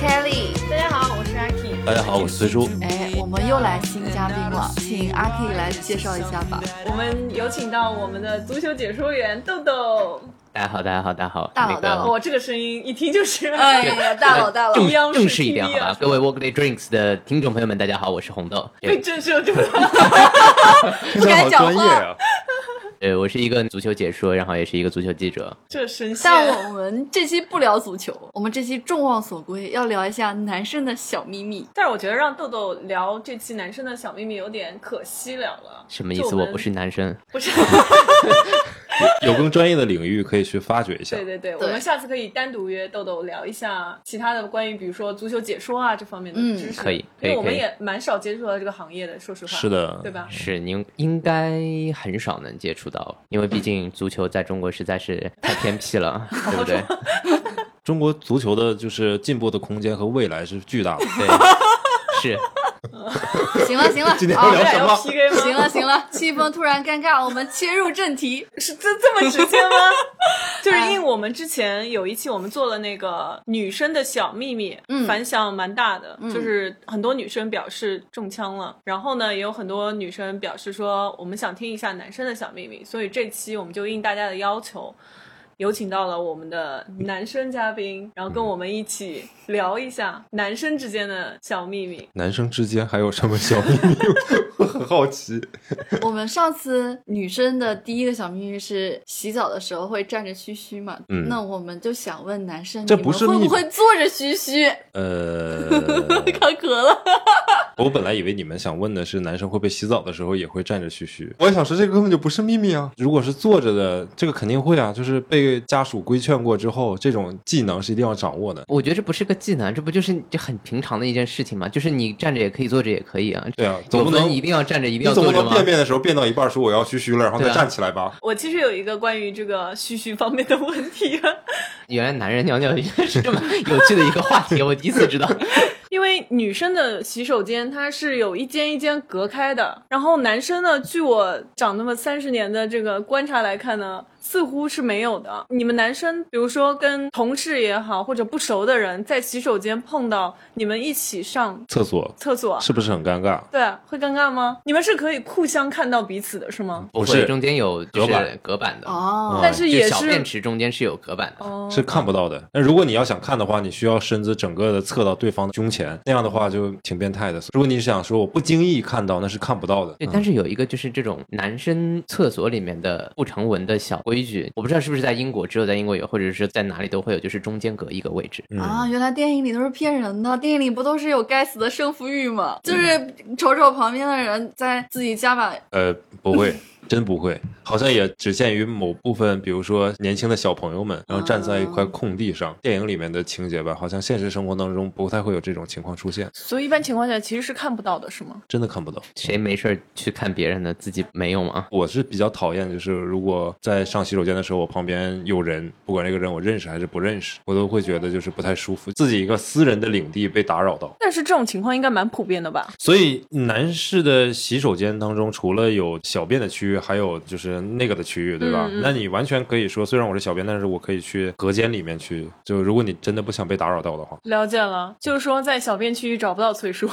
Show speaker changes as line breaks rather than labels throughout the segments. Kelly，
大家好，我是 Aki。
大
呃
家好，我是崔叔。
哎，我们又来新嘉宾了，请阿 K 来介绍一下吧。
我们有请到我们的足球解说员豆豆。
大家好，大家好，大家好，
大佬
那
大佬
个
我、这个声音一听就是，
哎呀，大佬大佬，
正
央视
正式一点
TV
好吧
啊，
各位 Workday Drinks 的听众朋友们，大家好，我是红豆。
被震慑住了。
听起来好专业啊！
呃，我是一个足球解说，然后也是一个足球记者。
这声线，
但我们这期不聊足球，我们这期众望所归，要聊一下男生的小秘密。
但是我觉得让豆豆聊这期男生的小秘密有点可惜了了。
什么意
就
思？
我
我
们嗯
不是男生。
不 是，
有更专业的领域可以去发掘一下
对。对对，我们下次可以单独约豆豆聊一下其他的关于比如说足球解说啊这方面的
嗯
知识，
可以可
因
以
为我们
可以
也蛮少接触到这个行业的，说实话，
是，的，
对吧？
是您应该很少能接触到，因为毕竟足球在中国实在是太偏僻 了，对不对？
中国足球的就是进步的空间和未来是巨大的。
对，是
行 了行了，
今天
啊
要聊
咱俩
什
要
么
PK 吗？
行了行了，气氛突然尴尬，我们切入正题。
是这这么直接吗？就是
哎
因为我们之前有一期我们做了那个女生的小秘密，
嗯
反响蛮大的，
嗯
就是很多女生表示中枪了，然后呢，也有很多女生表示说我们想听一下男生的小秘密，所以这期我们就应大家的要求。有请到了我们的男生嘉宾，然后跟我们一起聊一下男生之间的小秘密。
男生之间还有什么小秘密？我很好奇。
我们上次女生的第一个小秘密是洗澡的时候会站着嘘嘘嘛，
嗯
那我们就想问男生，
这
你
不
们
是
会
秘密
不会坐着嘘嘘？
呃，
卡壳了，
我本来以为你们想问的是男生会不会洗澡的时候也会站着嘘嘘，我想说这个根本就不是秘密啊。如果是坐着的，这个肯定会啊，就是被家属规劝过之后，这种技能是一定要掌握的。
我觉得这不是个技能，这不就是就很平常的一件事情吗？就是你站着也可以，坐着也可以啊。
对啊，总
有
不
分
能
一定要站着，一定
你
要
总
坐
不
着
能
吗？
便便的时候便到一半说我要嘘嘘了，然后再
对啊
站起来吧？
我其实有一个关于这个嘘嘘方面的问题、啊，
原来男人尿尿也是这么有趣的一个话题，我第一次 知道。
因为女生的洗手间它是有一间一间隔开的，然后男生呢，据我长那么三十年的这个观察来看呢，似乎是没有的。你们男生，比如说跟同事也好，或者不熟的人在洗手间碰到，你们一起上
厕所
厕所，
是不是很尴尬？
对，啊会尴尬吗？你们是可以互相看到彼此的，是吗？
不
不
会，
是
中间有就
隔板
是隔板的，
哦，
但是
嗯就
也
小便
是
池中间是有隔板的。
哦，
是看不到的。那如果你要想看的话，你需要身子整个的侧到对方的胸前，那样的话就挺变态的。如果你想说我不经意看到，那是看不到的。
对，
嗯
但是有一个就是这种男生厕所里面的不成文的小规矩，我不知道是不是在英国只有在英国有，或者是在哪里都会有，就是中间隔一个位置。
嗯
嗯
啊，原来电影里都是骗人的，电影里不都是有该死的胜负欲吗？
嗯
就是瞅瞅旁边的人在自己家把，
呃，不会，真不会，好像也只限于某部分，比如说年轻的小朋友们，然后站在一块空地
啊
上，电影里面的情节吧，好像现实生活当中不太会有这种情况出现，
所以一般情况下其实是看不到的，是吗？
真的看不到。
谁没事儿去看别人的，自己没啊有吗？
我是比较讨厌，就是如果在上洗手间的时候，我旁边有人，不管这个人我认识还是不认识，我都会觉得就是不太舒服，自己一个私人的领地被打扰到。
但是这种情况应该蛮普遍的吧？
所以男士的洗手间当中，除了有小便的区域，还有就是那个的区域，对吧？
嗯嗯
那你完全可以说，虽然我是小便，但是我可以去隔间里面去。就如果你真的不想被打扰到的话，
了解了，就是说在小便区找不到崔叔，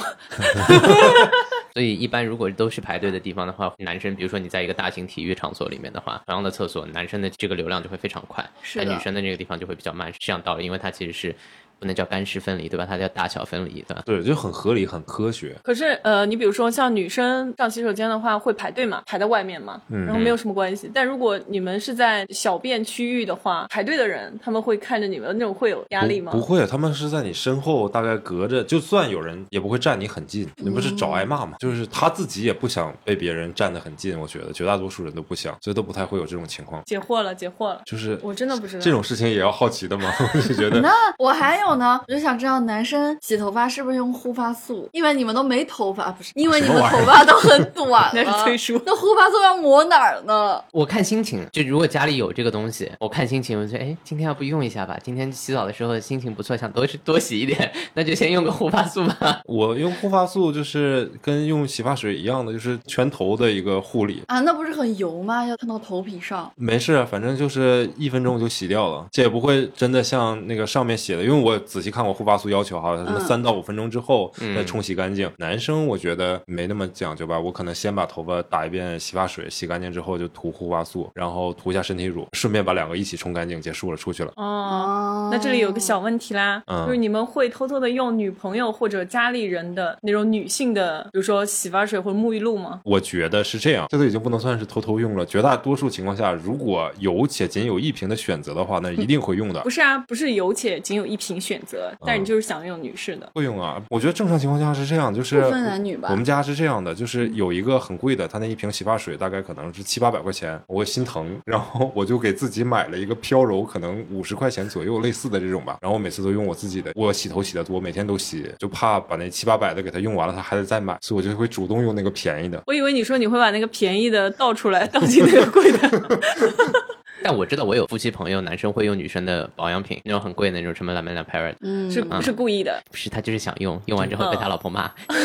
所以一般如果都是排队的地方的话，男生比如说你在一个大型体育场所里面的话，同样的厕所，男生的这个流量就会非常快，
是
但
的
女生的这个地方就会比较慢，是这样道理，因为它其实是不能叫干湿分离，对吧？它叫大小分离，对吧？
对，就很合理，很科学。
可是，呃，你比如说像女生上洗手间的话，会排队嘛，排在外面嘛，
嗯
然后没有什么关系。但如果你们是在小便区域的话，排队的人他们会看着你们，那种会有压力吗？
不不会，他们是在你身后，大概隔着，就算有人也不会站你很近，
嗯
你不是找挨骂吗？就是他自己也不想被别人站得很近，我觉得绝大多数人都不想，所以都不太会有这种情况。
解惑了，解惑了，
就是
我真的不知道
这种事情也要好奇的吗？ 我就 觉得
那我还有呢，我就想知道男生洗头发是不是用护发素？因为你们都没头发，不是？因为你们
什么玩意
头
儿
发都很短了
那是崔叔
那护发素要抹哪儿呢？
我看心情，就如果家里有这个东西，我看心情，我就哎，今天要不用一下吧？今天洗澡的时候心情不错，想多多洗一点， 那就先用个护发素吧。
我用护发素就是跟用洗发水一样的，就是全头的一个护理。
啊，那不是很油吗？要喷到头皮上。
啊没事，反正就是一分钟就洗掉了，这也不会真的像那个上面写的，因为我仔细看过护发素要求哈，什么
嗯
三到五分钟之后
嗯
再冲洗干净。男生我觉得没那么讲究吧，我可能先把头发打一遍洗发水，洗干净之后就涂护发素，然后涂一下身体乳，顺便把两个一起冲干净，结束了，出去了。
哦。
哦
那这里有个小问题啦，
嗯
就是你们会偷偷的用女朋友或者家里人的那种女性的，比如说洗发水或者沐浴露吗？
我觉得是这样，这都已经不能算是偷偷用了。绝大多数情况下，如果有且仅有一瓶的选择的话，那一定会用的
不。是啊，不是有且仅有一瓶选择，但
嗯
你就是想用女士的。
会用啊，我觉得正常情况下是这样，就是
不分男女吧嗯
我们家是这样的，就是有一个很贵的，它那一瓶洗发水大概可能是七八百块钱，我心疼，然后我就给自己买了一个飘柔，可能五十块钱左右类似的这种吧。然后我每次都用我自己的，我洗头洗的多，每天都洗，就怕把那七八百的给它用完了，它还得再买，所以我就会主动用那个便宜的。
我以为你说你会把那个便宜的倒出来，倒进那个贵 的。
但我知道我有夫妻朋友，男生会用女生的保养品，那种很贵的那种什么 La m e l a p a r a
嗯
是不是故意的？
不是他就是想用，用完之后被他老婆骂，
嗯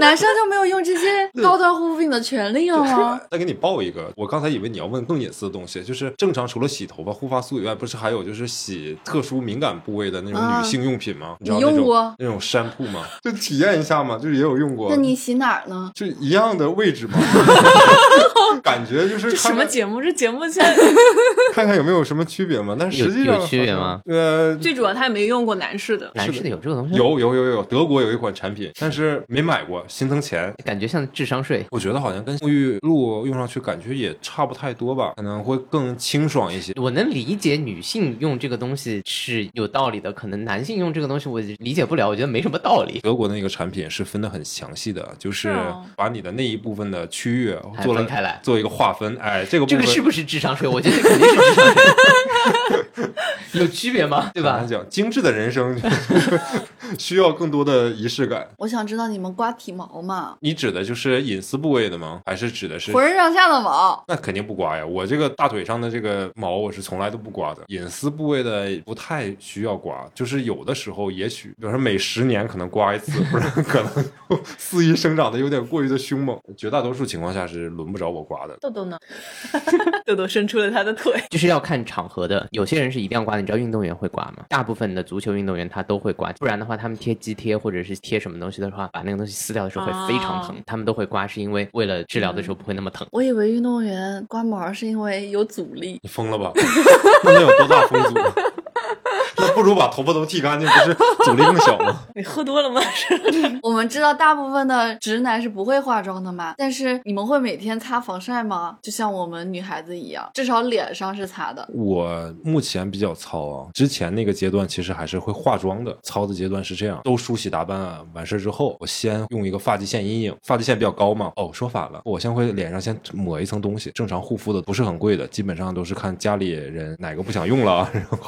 男生就没有用这些高端护肤品的权利了 吗？
再给你报一个，我刚才以为你要问更隐私的东西，就是正常除了洗头发、护发素以外，不是还有就是洗特殊敏感部位的那种
啊
女性用品吗？你知道
你
那种
用过
那种山铺吗？ 就体验一下嘛，就是也有用过
那。你洗哪儿呢？
就一样的 位置嘛，感觉就是
这什
看
么
看
节目？这节目 现在，
看看有没有什么区别嘛。但是实际上
有有区别吗？
呃
最主要他也没用过男士的。
男士的有这个东西，
有有有有，德国有一款产品，但是没买过，心疼钱。
感觉像智商税。
我觉得好像跟沐浴露用上去感觉也差不太多吧，可能会更清爽一些。
我能理解女性用这个东西是有道理的，可能男性用这个东西我理解不了，我觉得没什么道理。
德国的那个产品是分的很详细的，就是啊
是哦
把你的那一部分的区域
还
做了
分开来
做一个划分。哎，这个部
这
分
个是不是智商税？我觉得肯定是智商税，有 区别吗？对
对
吧？
讲精致的人生 需要更多的仪式感。
我想知道你们刮体毛吗？
你指的就是隐私部位的吗？还是指的是？
浑身上下的毛，
那肯定不刮呀！我这个大腿上的这个毛，我是从来都不刮的。隐私部位的不太需要刮，就是有的时候也许，比如说每十年可能刮一次，不然可能 就肆意生长的有点过于的凶猛。绝大多数情况下是轮不着我刮的。
豆豆呢？ 豆豆伸出了他的腿。
就是要看场合的，有些人是一定要刮的，你知道运动员会刮吗？大部分的足球运动员他都会刮，不然的话，他们贴肌贴或者是贴什么东西的话，把那个东西撕掉的时候会非常
哦
疼，他们都会刮，是因为为了治疗的时
嗯
候不会那么疼。
我以为运动员刮毛是因为有阻力。
你疯了吧？那能有多大风阻？啊 那不如把头发都剃干净，不是阻力更小吗？
你喝多了吗？
我们知道大部分的直男是不会化妆的嘛，但是你们会每天擦防晒吗？就像我们女孩子一样，至少脸上是擦的。
我目前比较糙啊，之前那个阶段其实还是会化妆的。糙的阶段是这样，都梳洗打扮啊完事儿之后，我先用一个发际线阴影，发际线比较高嘛。哦，说反了，我先会脸上先抹一层东西。正常护肤的不是很贵的，基本上都是看家里人哪个不想用了啊，然后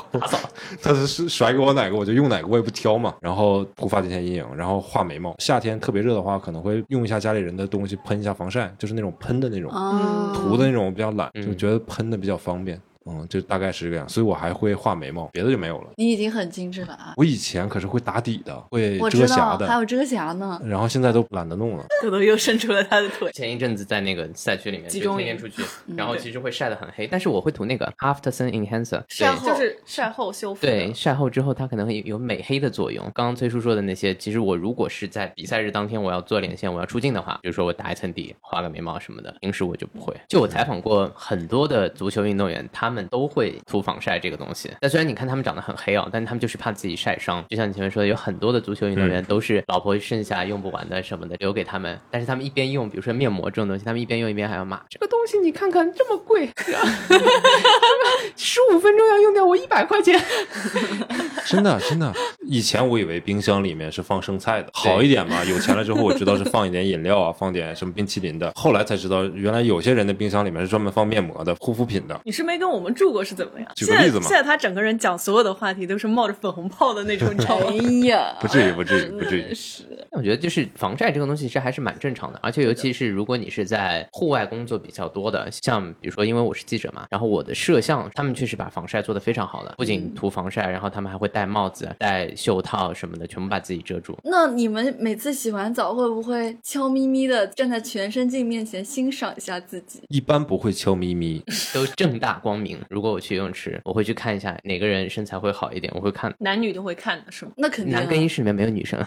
他是甩给我哪个我就用哪个，我也不挑嘛。然后涂发际线阴影，然后画眉毛。夏天特别热的话，可能会用一下家里人的东西喷一下防晒，就是那种喷的那种。
啊，
嗯涂的那种我比较懒，
嗯
就觉得喷的比较方便。嗯，就大概是这个样，所以我还会画眉毛，别的就没有了。
你已经很精致了啊！
我以前可是会打底的，会
我
遮
知
瑕
道还
的，
有遮瑕呢。
然后现在都懒得弄了。
豆豆又伸出了他的腿。
前一阵子在那个赛区里面
集
就
中
天天
营嗯
出 去，然后其实会晒得很黑，但是我会涂那个 After Sun Enhancer，
晒
对
后
就是晒后修复的。
对，晒后之后它可能会有美黑的作用。刚刚崔叔说的那些，其实我如果是在比赛日当天我要做脸线，我要出镜的话，比如说我打一层底，画个眉毛什么的，平时我就不会。就我采访过很多的足球运动员，他们都会涂防晒这个东西。但虽然你看他们长得很黑啊、但他们就是怕自己晒伤。就像你前面说的，有很多的足球运动员都是老婆剩下用不完的什么的留给他们，但是他们一边用，比如说面膜这种东西，他们一边用一边还要骂这个东西，你看看这么贵，十五分钟要用掉我一百块钱。
真的，真的，以前我以为冰箱里面是放生菜的，好一点吧。有钱了之后，我知道是放一点饮料啊，放点什么冰淇淋的。后来才知道，原来有些人的冰箱里面是专门放面膜的、护肤品的。
你是没跟我们住过是怎么样？
举个例子
现
嘛
在现在他整个人讲所有的话题都是冒着粉红泡的那种，你知道吗
哎呀，
不至于，不至于，不至于。
是
我觉得就是防晒这个东西其实还是蛮正常的，而且尤其是如果你是在户外工作比较多的，像比如说因为我是记者嘛，然后
嗯
我的摄像他们确实把防晒做得非常好的，不仅涂防晒，然后他们还会戴帽子、戴袖套什么的，全部把自己遮住。
那你们每次洗完澡会不会悄咪咪的站在全身镜面前欣赏一下自己？
一般不会悄咪咪，
都正大光明。如果我去游泳池，我会去看一下哪个人身材会好一点，我会 看。
男女都会看的是吗？
那肯定、
男更衣
啊。
室里面没有女生。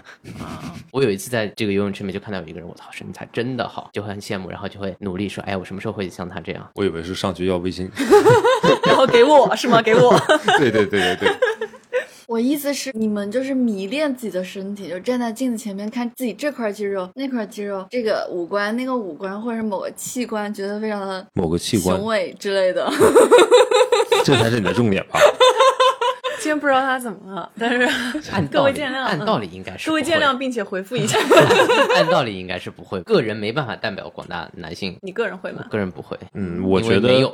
我有一次在这个游泳池里面就看到有一个人，我操，身材真的好，就会很羡慕，然后就会努力说，哎，我什么时候会像他这样？
我以为是上去要微信。
然后给我是吗？给我。
对对对对对，
我意思是，你们就是迷恋自己的身体，就站在镜子前面看自己这块肌肉、那块肌肉、这个五官、那个五官，或者是某个器官，觉得非常的
某个器官
雄，伟之类的。
这才是你的重点吧？
今天不知道他怎么了，但是
按
各
道
位
理，
见谅，
按道
嗯
理应该是
各位
不
见
会
谅，，并且回复一 下。
按道理应该是不会。个人没办法代表广大男性，
你个人会吗？
个人不会。
嗯，我
因为
觉得
没有。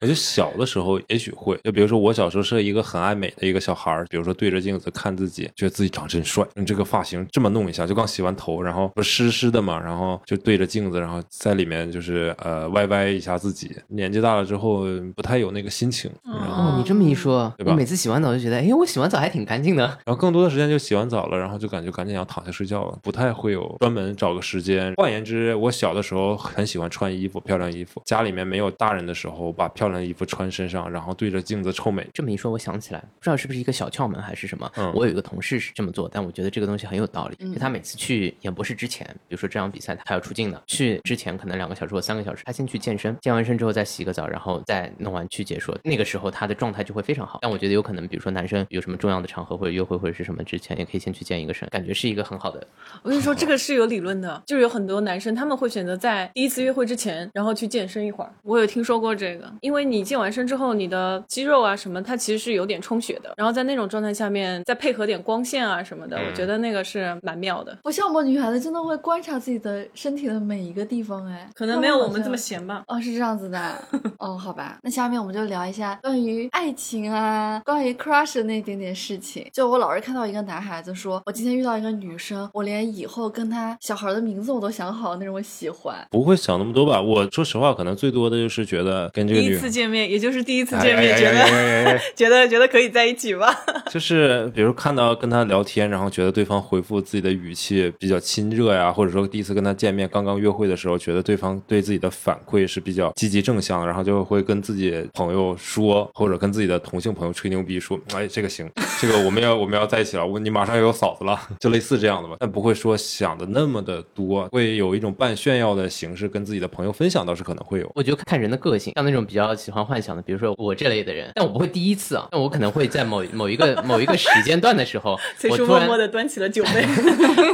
我觉得小的时候也许会，就比如说我小时候是一个很爱美的一个小孩儿，比如说对着镜子看自己，觉得自己长真帅，你这个发型这么弄一下，就刚洗完头，然后不是湿湿的嘛，然后就对着镜子，然后在里面就是呃歪歪一下自己。年纪大了之后不太有那个心情，然后
哦，你这么一说，
嗯对吧
我每次洗完澡就觉得，哎，我洗完澡还挺干净的。
然后更多的时间就洗完澡了，然后就感觉赶紧要躺下睡觉了，不太会有专门找个时间。换言之，我小的时候很喜欢穿衣服，漂亮衣服。家里面没有大人的时候，把漂亮衣服穿身上，然后对着镜子臭美。
这么一说，我想起来，不知道是不是一个小窍门还是什么。
嗯
我有一个同事是这么做，但我觉得这个东西很有道理。
嗯
就他每次去演播室之前，比如说这场比赛他要出镜的，去之前可能两个小时或三个小时，他先去健身，健完身之后再洗个澡，然后再弄完去解说。那个时候他的状态就会非常好。但我觉得有可能，比如说男生有什么重要的场合或者约会或者是什么之前，也可以先去健一个身，感觉是一个很好的。
我跟你说，这个是有理论的，就是有很多男生他们会选择在第一次约会之前，然后去健身一会儿。我有听说过这个，因为你健完身之后，你的肌肉啊什么，它其实是有点充血的，然后在那种状态下面，再配合点光线啊什么的，我觉
嗯
得那个是蛮妙的。
我像我女孩子真的会观察自己的身体的每一个地方，哎，
可能没有
她
我们
好
这
像
么闲吧。
哦，是这样子的，哦，好吧，那下面我们就聊一下关于爱情啊，关于 crush 的那一点点事情。就我老是看到一个男孩子说，我今天遇到一个女生，我连以后跟她小孩的名字我都想好那种喜欢。
不会想那么多吧？我说实话，可能最多的就是觉得跟这
第
个
一
女
次见面，也就是第一次
哎
见面，
哎
觉
哎
得
哎哎哎
觉得觉得可以在一起吧。
就是比如看到跟她聊天，然后觉得对方回复自己的语气比较亲热呀，或者说第一次跟她见面，刚刚约会的时候，觉得对方对自己的反馈是比较积极正向，然后就会跟自己朋友说，或者跟自己的同性朋友吹牛逼说，哎，这个行，这个我们要我们要在一起了，我你马上要有嫂子了，就类似这样的吧，但不会说想的那么的多，会有一种半炫耀的形式跟自己的朋友分享，倒是可能会有。
我觉得看人的个性，像那种比较喜欢幻想的，比如说我这类的人，但我不会第一次啊，但我可能会在某某一个某一个时间段的时候，
崔
我
叔
突
默
然
默地端起了酒杯。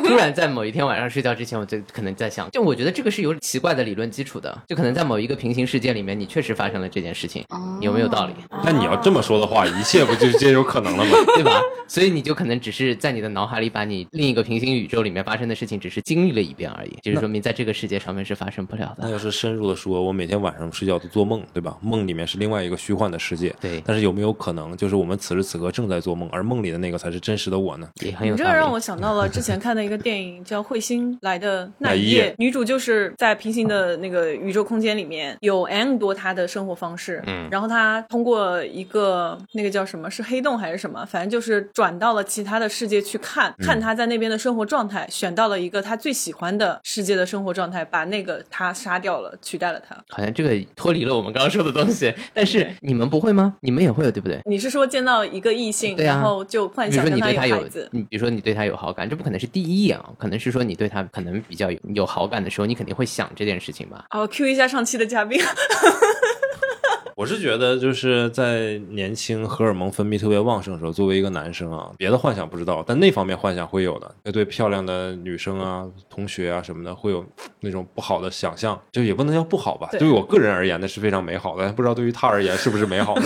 突然在某一天晚上睡觉之前，我就可能在想，就我觉得这个是有奇怪的理论基础的，就可能在某一个平行世界里面，你确实发生了这件事情，
哦
有没有道理，
但你要这么说的话，一切不就皆有可能了吗？
对吧？ 所以你就可能只是在你的脑海里把你另一个平行宇宙里面发生的事情，只是经历了一遍而已，就是说明在这个世界上面是发生不了
那
的。
要是深入的说，我每天晚上睡觉都做梦，对吧？梦里面是另外一个虚幻的世界。
对
但是有没有可能，就是我们此时此刻正在做梦，而梦里的那个才是真实的我呢？
也很有
你这
道
个
理。
让我想到了之前看的一个电影叫《彗星来的那一
那一
夜
夜》，
女主就是在平行的那个宇宙空间里面有 N 多她的生活方式，嗯，然后她通过一个那个叫什么是黑洞还是什么，反正就是转到了其他的世界去看，看她在那边的生活状态，选到了一个她最喜欢的世界的生活状态，把那个她杀掉了，取代了她。
好像这个脱离了我们刚刚说的东西，但是你们不会吗？你们也会有，对不对？
你是说见到一个异性，
对啊
然后就幻
比如
想
说
跟
你
他
对他
孩
有
子，？
你比如说你对他有好感，这不可能是第一眼啊，可能是说你对他可能比较有有好感的时候，你肯定会想这件事情吧？
哦，Q 一下上期的嘉宾，
我是觉得，就是在年轻荷尔蒙分泌特别旺盛的时候，作为一个男生啊，别的幻想不知道，但那方面幻想会有的。要对漂亮的女生啊、同学啊什么的，会有那种不好的想象，就也不能叫不好吧。
对
对于我个人而言，那是非常美好的，但不知道对于他而言是不是美好的。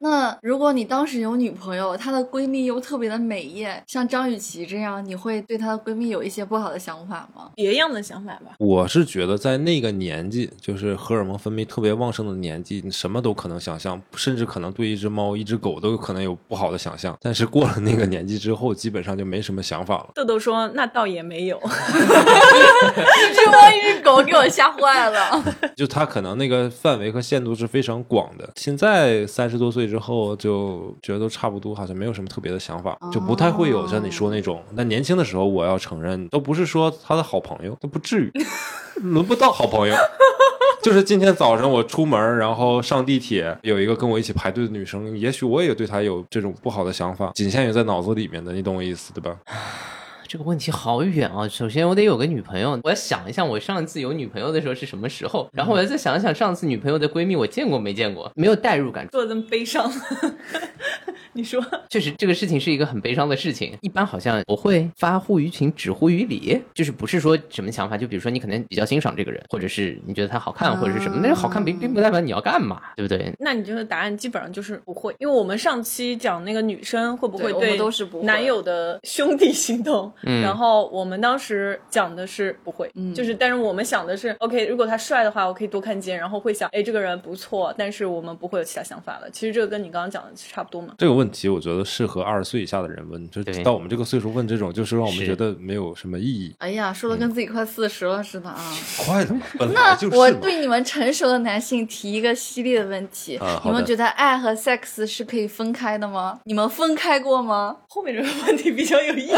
那如果你当时有女朋友，她的闺蜜又特别的美艳，像张雨绮这样，你会对她的闺蜜有一些不好的想法吗？
别样的想法吧。
我是觉得在那个年纪，就是荷尔蒙分泌特别旺盛的年纪，你什么都可能想象，甚至可能对一只猫、一只狗都有可能有不好的想象。但是过了那个年纪之后，基本上就没什么想法了。
豆豆说：“那倒也没有，
一只猫一只狗给我吓坏了。
就它可能那个范围和限度是非常广的。现在三十多岁之之后就觉得都差不多，好像没有什么特别的想法，就不太会有像你说那
哦
种。但年轻的时候，我要承认，都不是说他的好朋友，都不至于，轮不到好朋友。 就是今天早上我出门，然后上地铁，有一个跟我一起排队的女生，也许我也对她有这种不好的想法，仅限于在脑子里面的，你懂我意思对吧？
这个问题好远啊！首先我得有个女朋友，我要想一想我上一次有女朋友的时候是什么时候，然后我要再想一想上次女朋友的闺蜜我见过没见过，没有代入感。
做的这么悲伤， 你说
确实，这个事情是一个很悲伤的事情。一般好像我会发乎于情，止乎于理，就是不是说什么想法，就比如说你可能比较欣赏这个人，或者是你觉得他好看，或者是什么，但是好看并并不代表你要干嘛，对不对？
那你这个答案基本上就是不会，因为我们上期讲那个女生会不会
对我们都是不会
男友的兄弟心动，
嗯
然后我们当时讲的是不会，
嗯
就是但是我们想的是，OK，如果他帅的话，我可以多看几眼，然后会想，哎，这个人不错，但是我们不会有其他想法了。其实这个跟你刚刚讲的差不多嘛。
这个问题我觉得适合二十岁以下的人问，就是
对
到我们这个岁数问这种，就是让我们
是
觉得没有什么意义。
哎呀，说的跟自己快四十了似的啊！
快了嘛，本来
那
就是
我
嘛。
对你们成熟的男性提一个犀利的问题：
啊好
你
的
们觉得爱和 sex 是可以分开的吗？你们分开过吗？
后面这个问题比较有意义，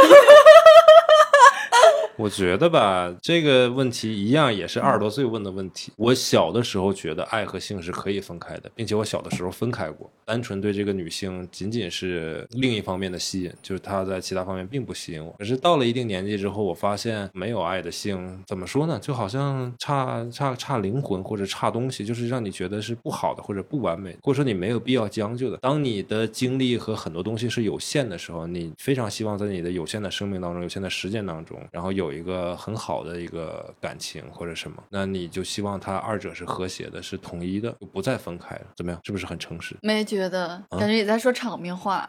我觉得吧，这个问题一样也是二十多岁问的问题。我小的时候觉得爱和性是可以分开的，并且我小的时候分开过，单纯对这个女性仅仅是另一方面的吸引，就是她在其他方面并不吸引我。可是到了一定年纪之后，我发现没有爱的性怎么说呢？就好像差差差灵魂或者差东西，就是让你觉得是不好的或者不完美的，或者说你没有必要将就的。当你的精力和很多东西是有限的时候，你非常希望在你的有限的生命当中、有限的时间当中，然后有一个很好的一个感情或者什么，那你就希望它二者是和谐的、是统一的，就不再分开了。怎么样？是不是很诚实？
没觉得，
啊
感觉也在说场面话。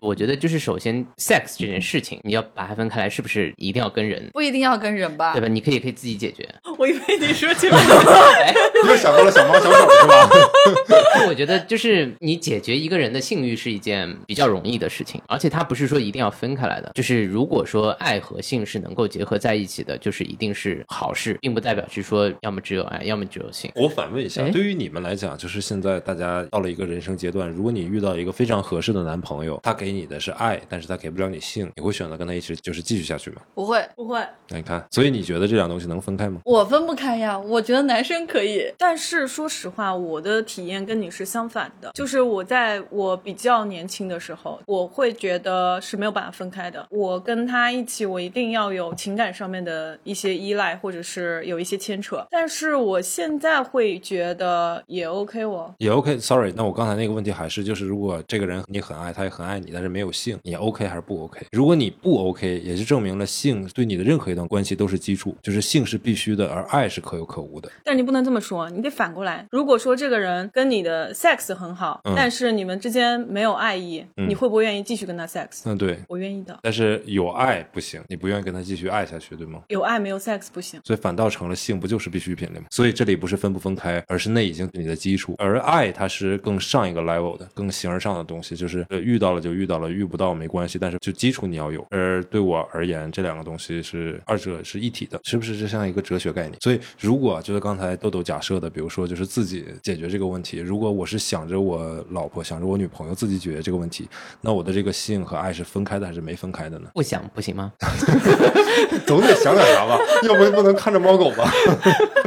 我觉得就是首先 sex 这件事情，你要把它分开来，是不是一定要跟人？
不一定要跟人吧
对？吧？你可以可以自己解决。
我以为你说前面
又想到了小猫小狗是吧？
我觉得就是你解决一个人的性欲是一件比较容易的事情，而且它不是说一定要分开来的。就是如果说爱和性是能够结合在一起的，就是一定是好事，并不代表是说要么只有爱，要么只有性。
我反问一下，
哎
对于你们来讲，就是现在大家到了一个人生阶段，如果你遇到一个非常合适的男朋友，他给你的是爱，但是他给不了你性，你会选择跟他一直就是继续下去吗？
不会，
不会，
那你看，所以你觉得这两东西能分开吗？
我分不开呀。我觉得男生可以，
但是说实话，我的体验跟你是相反的，就是我在我比较年轻的时候，我会觉得是没有办法分开的。我跟他一起，我一定要有情感上面的一些依赖，或者是有一些牵扯。但是我现在会觉得也 OK 哦。
也 OK，sorry，、那我刚才那个问题还是就是，如果这个人你很爱，他也很爱你，但是没有性，你 OK 还是不 OK？如果你不 OK，也就证明了性对你的任何一段关系都是基础，就是性是必须的，而爱是可有可无的。
但你不能这么说，你得反过来。如果说这个人跟你的 sex 很好，
嗯
但是你们之间没有爱意，
嗯
你会不会愿意继续跟他 sex？、
嗯，对。
我愿意的，
但是有爱不行，你不愿意跟他继续爱下去，对吗？
有爱没有 sex 不行。
所以反倒成了性不就是必需品了吗？所以这里不是分不分开，而是那已经是你的基础，而爱它是更上一个 level 的，更形而上的东西，就是呃遇到了就遇到了，遇不到没关系，但是就基础你要有。而对我而言，这两个东西是二者是一体的，是不是？这像一个哲学概念。所以如果啊就是刚才豆豆假设的，比如说就是自己解决这个问题，如果我是想着我老婆，想着我女朋友自己解决这个问题，那我的这个性和爱是分开的还是没分开的呢？
不想不行吗？
总得想点啥吧，要不不能看着猫狗吧。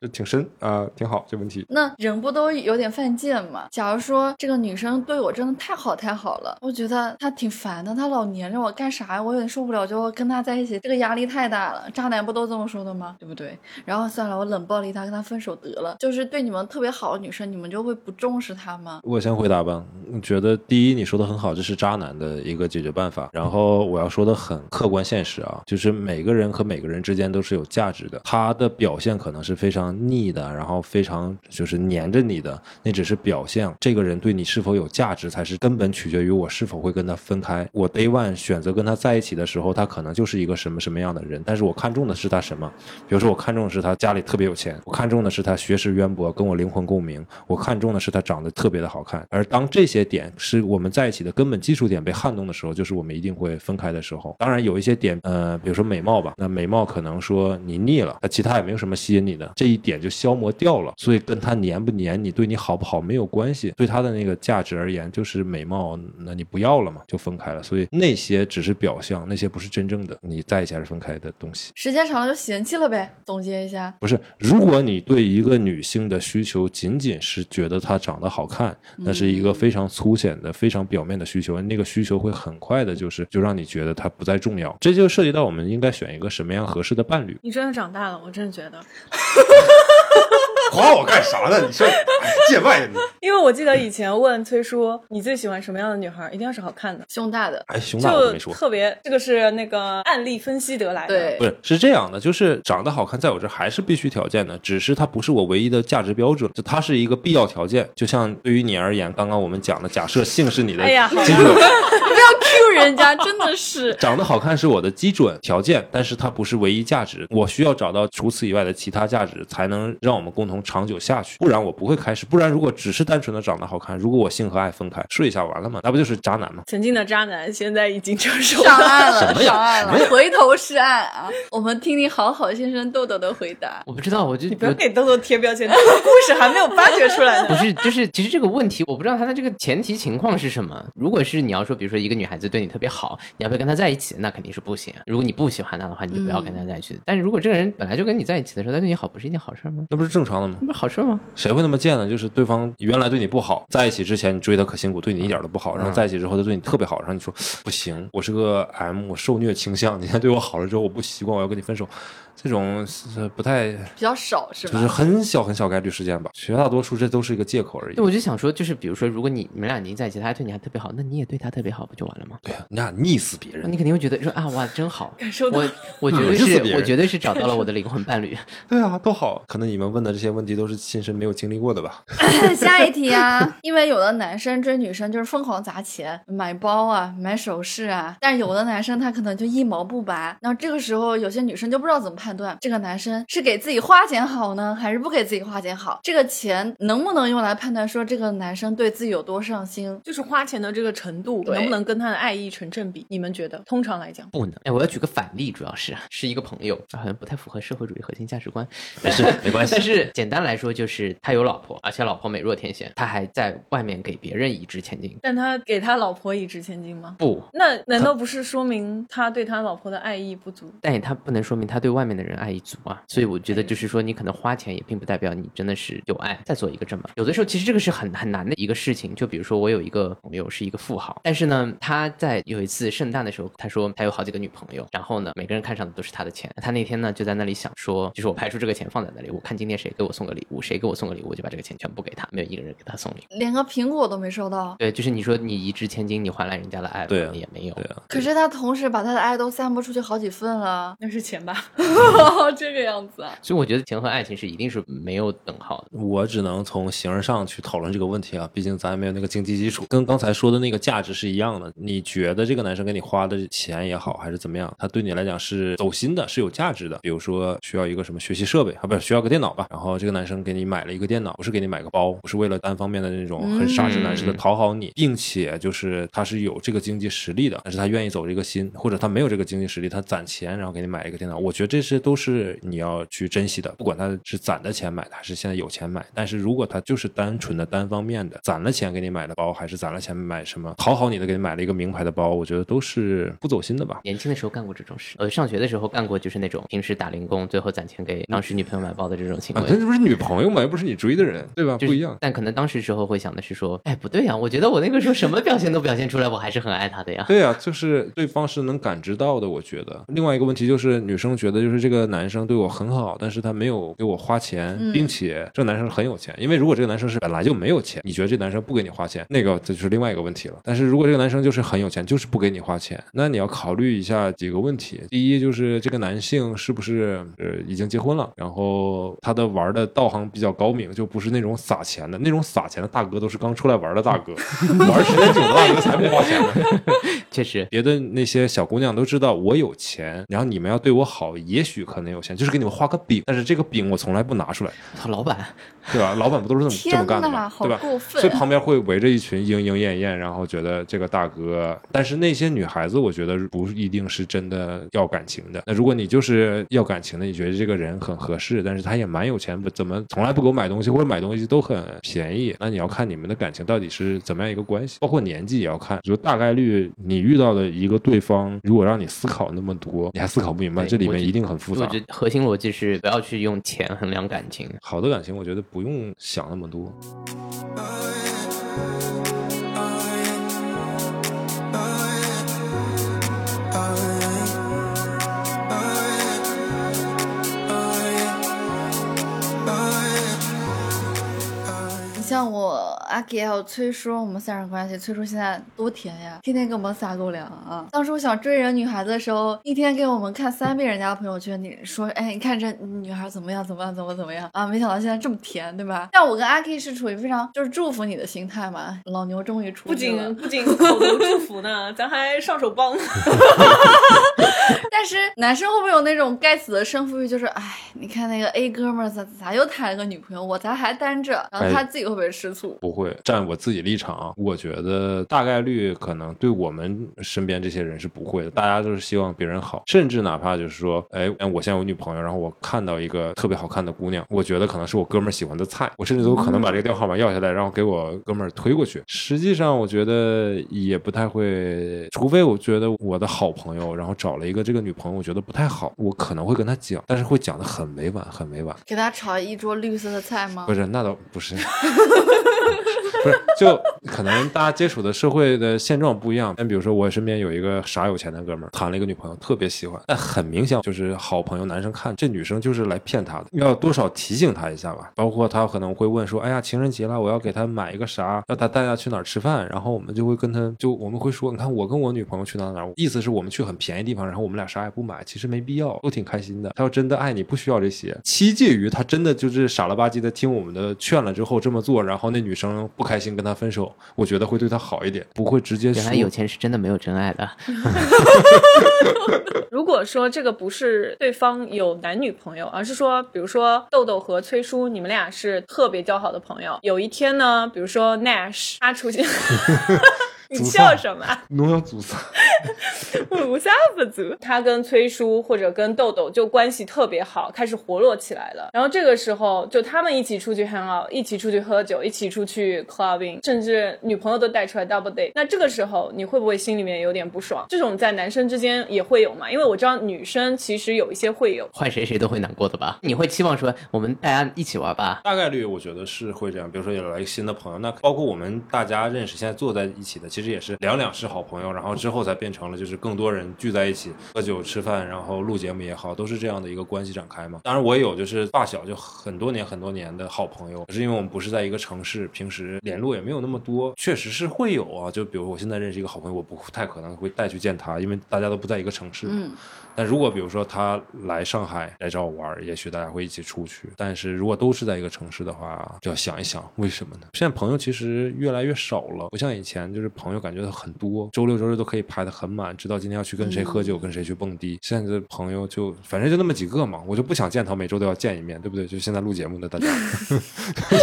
这挺深啊、挺好这问题。
那人不都有点犯贱嘛？假如说这个女生对我真的太好太好了，我觉得她挺烦的，她老黏着我干啥呀？我有点受不了，就跟她在一起，这个压力太大了。渣男不都这么说的吗？对不对？然后算了，我冷暴力她，跟她分手得了。就是对你们特别好的女生，你们就会不重视她吗？
我先回答吧，我觉得第一你说的很好，这是渣男的一个解决办法。然后我要说的很客观现实啊，就是每个人和每个人之间都是有价值的，他的表现可能是非常腻的，然后非常就是黏着你的，那只是表象。这个人对你是否有价值，才是根本取决于我是否会跟他分开。我 day one 选择跟他在一起的时候，他可能就是一个什么什么样的人，但是我看中的是他什么。比如说，我看中的是他家里特别有钱，我看中的是他学识渊博，跟我灵魂共鸣，我看中的是他长得特别的好看。而当这些些点是我们在一起的根本基础点被撼动的时候，就是我们一定会分开的时候。当然有一些点，呃，比如说美貌吧，那美貌可能说你腻了，那其他也没有什么吸引你的，这一点就消磨掉了。所以跟他黏不黏你，对你好不好没有关系，对他的那个价值而言，就是美貌，那你不要了嘛，就分开了。所以那些只是表象，那些不是真正的你在一起还是分开的东西。
时间长了就嫌弃了呗。总结一下，
不是，如果你对一个女性的需求仅仅是觉得她长得好看，
嗯
那是一个非常粗浅的、非常表面的需求，那个需求会很快的，就是就让你觉得她不再重要。这就涉及到我们应该选一个什么样合适的伴侣。
你真的长大了，我真的觉得，
夸我干啥呢？你说哎界外你，
因为我记得以前问崔叔你最喜欢什么样的女孩，一定要是好看的，
胸大的，
哎，熊大我都
就
没说。
特别这个是那个案例分析得来的，
对
不，是，是这样的，就是长得好看，在我这还是必须条件的，只是它不是我唯一的价值标准，就它是一个必要条件。就像对于你而言，刚刚我们讲的，假设性是你的
哎呀
基准，
不要 Q 人家，真的 是。
长得好看是我的基准条件，但是它不是唯一价值，我需要找到除此以外的其他价值，才能让我们共同长久下去。不然我不会开始，不然如果只是单纯的长得好看，如果我性和爱分开，睡一下完了嘛，那不就是渣男吗？
曾经的渣男现在已经成熟
上
了。
岸
什
了，
么呀
上岸
什么
了，
呀
回头是岸啊！我们听听好好先生豆豆的回答。
我不知道，我就
你不要
我
给豆豆贴标签，这个故事还没有发掘出来
不
呢。
是，就是其实这个问题，我不知道他的这个前提情况是什么。如果是你要说，比如说一个女孩子对你特别好，你要不要跟她在一起？那肯定是不行。如果你不喜欢她的话，你就不要
嗯
跟她在一起。但是如果这个人本来就跟你在一起的时候，他对你好，不是一件好事儿吗？
那不是正常的吗
那？不是好事儿吗？
谁会那么贱呢？就是对方原来对你不好，在一起之前你追他可辛苦，对你一点都不好，然后在一起之后他对你特别好，然后你说不行，我是个 M，我受虐倾向，你现在对我好了之后我不习惯，我要跟你分手，这种是不太
比较少是吧？
就是很小很小概率事件吧，绝大多数这都是一个借口而已
对，。我就想说，就是比如说，如果你你们俩已经在一起，他还对你还特别好，那你也对他特别好，不就完了吗？
对呀，你俩溺死别
你
人，
肯定会觉得说啊，哇，真好！
受到
我我绝
嗯
对
就是别
是，
人
我绝对是找到了 我的灵魂伴侣。
对啊，多好。可能你们问的这些问题都是亲身没有经历过的吧？
下一题啊，因为有的男生追女生就是疯狂砸钱，买包啊，买首饰啊，但有的男生他可能就一毛不拔。然后这个时候，有些女生就不知道怎么判断这个男生是给自己花钱好呢，还是不给自己花钱好。这个钱能不能用来判断说这个男生对自己有多上心？
就是花钱的这个程度，
对
能不能跟他的爱意成正比？你们觉得？通常来讲，
不能，哎，我要举个反例，主要是是一个朋友，好像不太符合社会主义核心价值观，但是没关系。但是简单来说，就是他有老婆，而且老婆美若天仙，他还在外面给别人一掷千金。
但他给他老婆以值千金吗？
不，
那难道不是说明他对他老婆的爱意不足？，
但也他不能说明他对外面的人爱一足啊。所以我觉得就是说，你可能花钱也并不代表你真的是有爱。再做一个证吧，有的时候其实这个是很很难的一个事情。就比如说我有一个朋友是一个富豪，但是呢，他在有一次圣诞的时候，他说他有好几个女朋友，然后呢，每个人看上的都是他的钱。他那天呢就在那里想说，就是我排出这个钱放在那里，我看今天谁给我送个礼物，谁给我送个礼物，我就把这个钱全部给他，没有一个人给他送礼物。
连个苹果都没收到。
对，就是你说你一掷千金，你换来人家的爱，
对啊
也没有。
对啊，
可是他同时把他的爱都散播出去好几份了
那是钱吧？
这个样子啊。
所以我觉得钱和爱情是一定是没有等号的。
我只能从形而上去讨论这个问题啊，毕竟咱没有那个经济基础，跟刚才说的那个价值是一样的。你觉得这个男生给你花的钱也好，还是怎么样，他对你来讲是走心的，是有价值的。比如说需要一个什么学习设备啊，不是需要个电脑吧？然后这个男生给你买了一个电脑，不是给你买个包，不是为了单方面的那种很傻直男式的
嗯
讨好你，并且就是他是有这个经济实力的，但是他愿意走这个心，或者他没有这个经济实力，他攒钱然后给你买一个电脑，我觉得这些都是你要去珍惜的，不管他是攒的钱买的还是现在有钱买，但是如果他就是单纯的单方面的攒了钱给你买的包，还是攒了钱买什么讨好你的给你买了一个名牌的包，我觉得都是不走心的吧。
年轻的时候干过这种事，呃，上学的时候干过，就是那种平时打零工，最后攒钱给当时女朋友买包的这种行
啊，
为。
那这不是女朋友嘛，又不是你追的人，对吧？
就是
不一样。
但可能当时时候会想的是说，哎，不对呀、我觉得我那个时候什么表现都表现出来，我还是很爱他的呀。
对啊，就是对方是能感知到的，我觉得。另外一个问题就是，女生觉得就是这个男生对我很好，但是他没有给我花钱，并且这个男生很有钱。因为如果这个男生是本来就没有钱，你觉得这男生不给你花钱，那个这就是另外一个问题了。但是如果这个男生就是很有钱，就是不给你花钱，那你要考虑一下几个问题。第一就是这个男性是不是呃已经结婚了，然后他的玩的道行比较高明，就不是那种撒钱的，那种撒钱的大哥都是刚出来玩的大哥，玩时间久的大哥才不花钱呢。
确实，
别的那些小姑娘都知道我有钱，然后你们要对我好，也许可能有限，就是给你们画个饼，但是这个饼我从来不拿出来，
操，老板，
对 吧？老板不都是这么
天
这么干的
哪
吗？
好
对吧？
过分
所以旁边会围着一群莺莺燕燕，然后觉得这个大哥，但是那些女孩子，我觉得不一定是真的要感情的。那如果你就是要感情的，你觉得这个人很合适，但是他也蛮有钱，不怎么从来不给我买东西，或者买东西都很便宜，那你要看你们的感情到底是怎么样一个关系，包括年纪也要看。就大概率你遇到的一个对方，如果让你思考那么多，你还思考不明白，
对
这里
我
面
觉
一定很复
我
杂。
觉得核心逻辑是不要去用钱衡量感情。
好的感情，我觉得不用想那么多。
你像我阿给还有崔叔，我们三人关系，崔叔现在多甜呀，天天给我们撒狗粮啊！当时我想追人女孩子的时候，一天给我们看三遍人家的朋友圈，你说，哎，你看这女孩怎么样，怎么样，怎么怎么样啊？没想到现在这么甜，对吧？像我跟阿 K 是处于非常就是祝福你的心态嘛，老牛终于出
不
去了
仅。不仅口头祝福呢， 咱还上手帮。
但是男生会不会有那种该死的胜负欲？就是，哎，你看那个 A 哥们儿咋咋又谈了个女朋友，我咋还单着？然后
哎
他自己会不会吃醋？
不会站我自己立场啊，我觉得大概率可能对我们身边这些人是不会的。大家都是希望别人好，甚至哪怕就是说，哎，我现在有女朋友，然后我看到一个特别好看的姑娘，我觉得可能是我哥们儿喜欢的菜，我甚至都有可能把这个电话号码要下来，然后给我哥们儿推过去。实际上，我觉得也不太会，除非我觉得我的好朋友，然后找了一个这个女朋友，我觉得不太好，我可能会跟他讲，但是会讲的很委婉，很委婉。
给他炒一桌绿色的菜吗
不？是，那倒不是， 不是，就可能大家接触的社会的现状不一样。但比如说，我身边有一个傻有钱的哥们儿，谈了一个女朋友，特别喜欢，但很明显就是好朋友男生看这女生就是来骗他的，要多少提醒他一下吧。包括他可能会问说：“哎呀，情人节了，我要给他买一个啥，要他带他去哪儿吃饭。”然后我们就会跟他就我们会说：“你看我跟我女朋友去哪儿哪儿，意思是我们去很便宜的地方，然后我们俩啥也不买，其实没必要，都挺开心的。他要真的爱你，不需要这些。”七介于他真的就是傻了吧唧的听我们的劝了之后这么做，然后那女生不开心跟他分手，我觉得会对他好一点，不会直接
原
说
来有钱是真的没有真爱的，
如果说这个不是对方有男女朋友，而是说，比如说豆豆和崔叔，你们俩是特别交好的朋友。有一天呢，比如说 Nash 他出现，你笑什么？
农药阻塞。
无下不足。他跟崔叔或者跟豆豆就关系特别好，开始活络起来了。然后这个时候，就他们一起出去 hang out，一起出去喝酒，一起出去 clubbing，甚至女朋友都带出来 double date。那这个时候，你会不会心里面有点不爽？这种在男生之间也会有嘛？因为我知道女生其实有一些会有。
换谁谁都会难过的吧？你会期望说我们大家一起玩吧？
大概率我觉得是会这样。比如说有来一个新的朋友，那包括我们大家认识，现在坐在一起的，其实也是两两是好朋友，然后之后才变成了就是更多人聚在一起喝酒吃饭，然后录节目也好，都是这样的一个关系展开嘛。当然我也有就是发小，就很多年很多年的好朋友，可是因为我们不是在一个城市，平时联络也没有那么多，确实是会有啊。就比如我现在认识一个好朋友，我不太可能会带去见他，因为大家都不在一个城市嘛。
嗯，
但如果比如说他来上海来找我玩儿，也许大家会一起出去。但是如果都是在一个城市的话，就要想一想为什么呢？现在朋友其实越来越少了，不像以前就是朋友感觉很多，周六周日都可以排得很满，知道今天要去跟谁喝酒，跟谁去蹦迪。现在的朋友就反正就那么几个嘛，我就不想见他，每周都要见一面，对不对？就现在录节目的 大家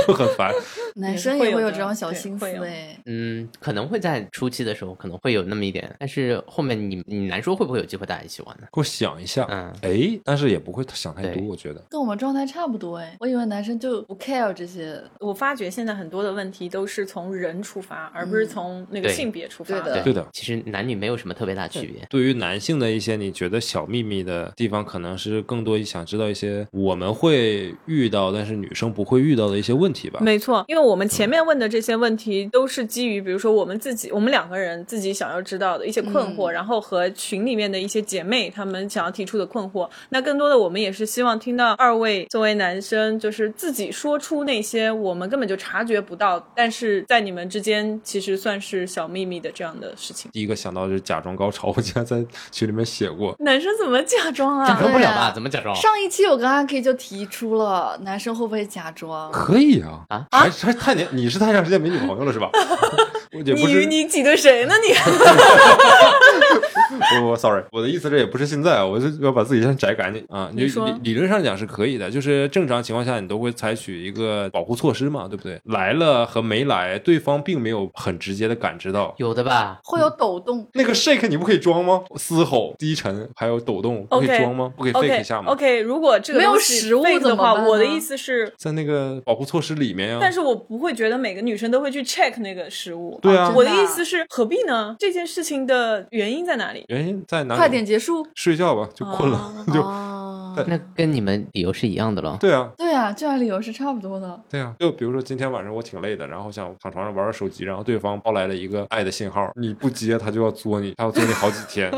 就很烦。
男生
会
也
有
会有
的
这种小
对
心思
会有
哎。
嗯，可能会在初期的时候可能会有那么一点，但是后面你你难说会不会有机会大家一起玩呢？
给我想一下，
嗯
哎，但是也不会想太多，
对
我觉得。
跟我们状态差不多哎，我以为男生就不 care 这些，
我发觉现在很多的问题都是从人出发，而不是从那个
对
性别出
嗯
发。
对的
对的
其实男女没有什么特别大区别。
对于男性的一些你觉得小秘密的地方，可能是更多想知道一些我们会遇到，但是女生不会遇到的一些问题吧。
没错，因为我们前面问的这些问题都是基于，比如说我们自己，我们两个人自己想要知道的一些困惑，
嗯
然后和群里面的一些姐妹她们想要提出的困惑。那更多的我们也是希望听到二位作为男生，就是自己说出那些我们根本就察觉不到，但是在你们之间其实算是小秘密的这样的事情。
第一个想到就是假装高潮，我竟然在群里面写过。
男生怎么假装
假
啊？
装不了吧？
对啊
怎么假
哦
装？
上一期我跟阿 K 就提出了，男生会不会假装？
可以啊
啊
还还太年，你是太长时 间没女朋友了是吧？我也不
你
是，
你挤兑谁呢你？
不不，sorry，我的意思这也不是现在，啊我是要把自己先摘干净啊。
你
就
说
理理论上讲是可以的，就是正常情况下你都会采取一个保护措施嘛，对不对？来了和没来，对方并没有很直接的感知到。
有的吧？
会
嗯
有抖动。
那个 shake 你不可以装吗？嘶吼、低沉，还有抖动，不可
OK，
以装吗？不可以 fake 一下吗
o k 如果这个
没有
东西
食物
fake
怎
的
么
话，
办呢
我的意思是，
在那个保护措施里面呀、
但是我不会觉得每个女生都会去 check 那个食物。哦
对
啊
啊
真，
我的意思是，何必呢？这件事情的原因在哪里？
原因在哪里？
快点结束
睡觉吧，就困了，
啊
就、
啊！
对
那跟你们理由是一样的喽。
对啊，
对啊，这样理由是差不多的。
对啊。就比如说今天晚上我挺累的，然后想躺床上玩玩手机，然后对方抛来了一个爱的信号，你不接他就要作你，他要作你好几天，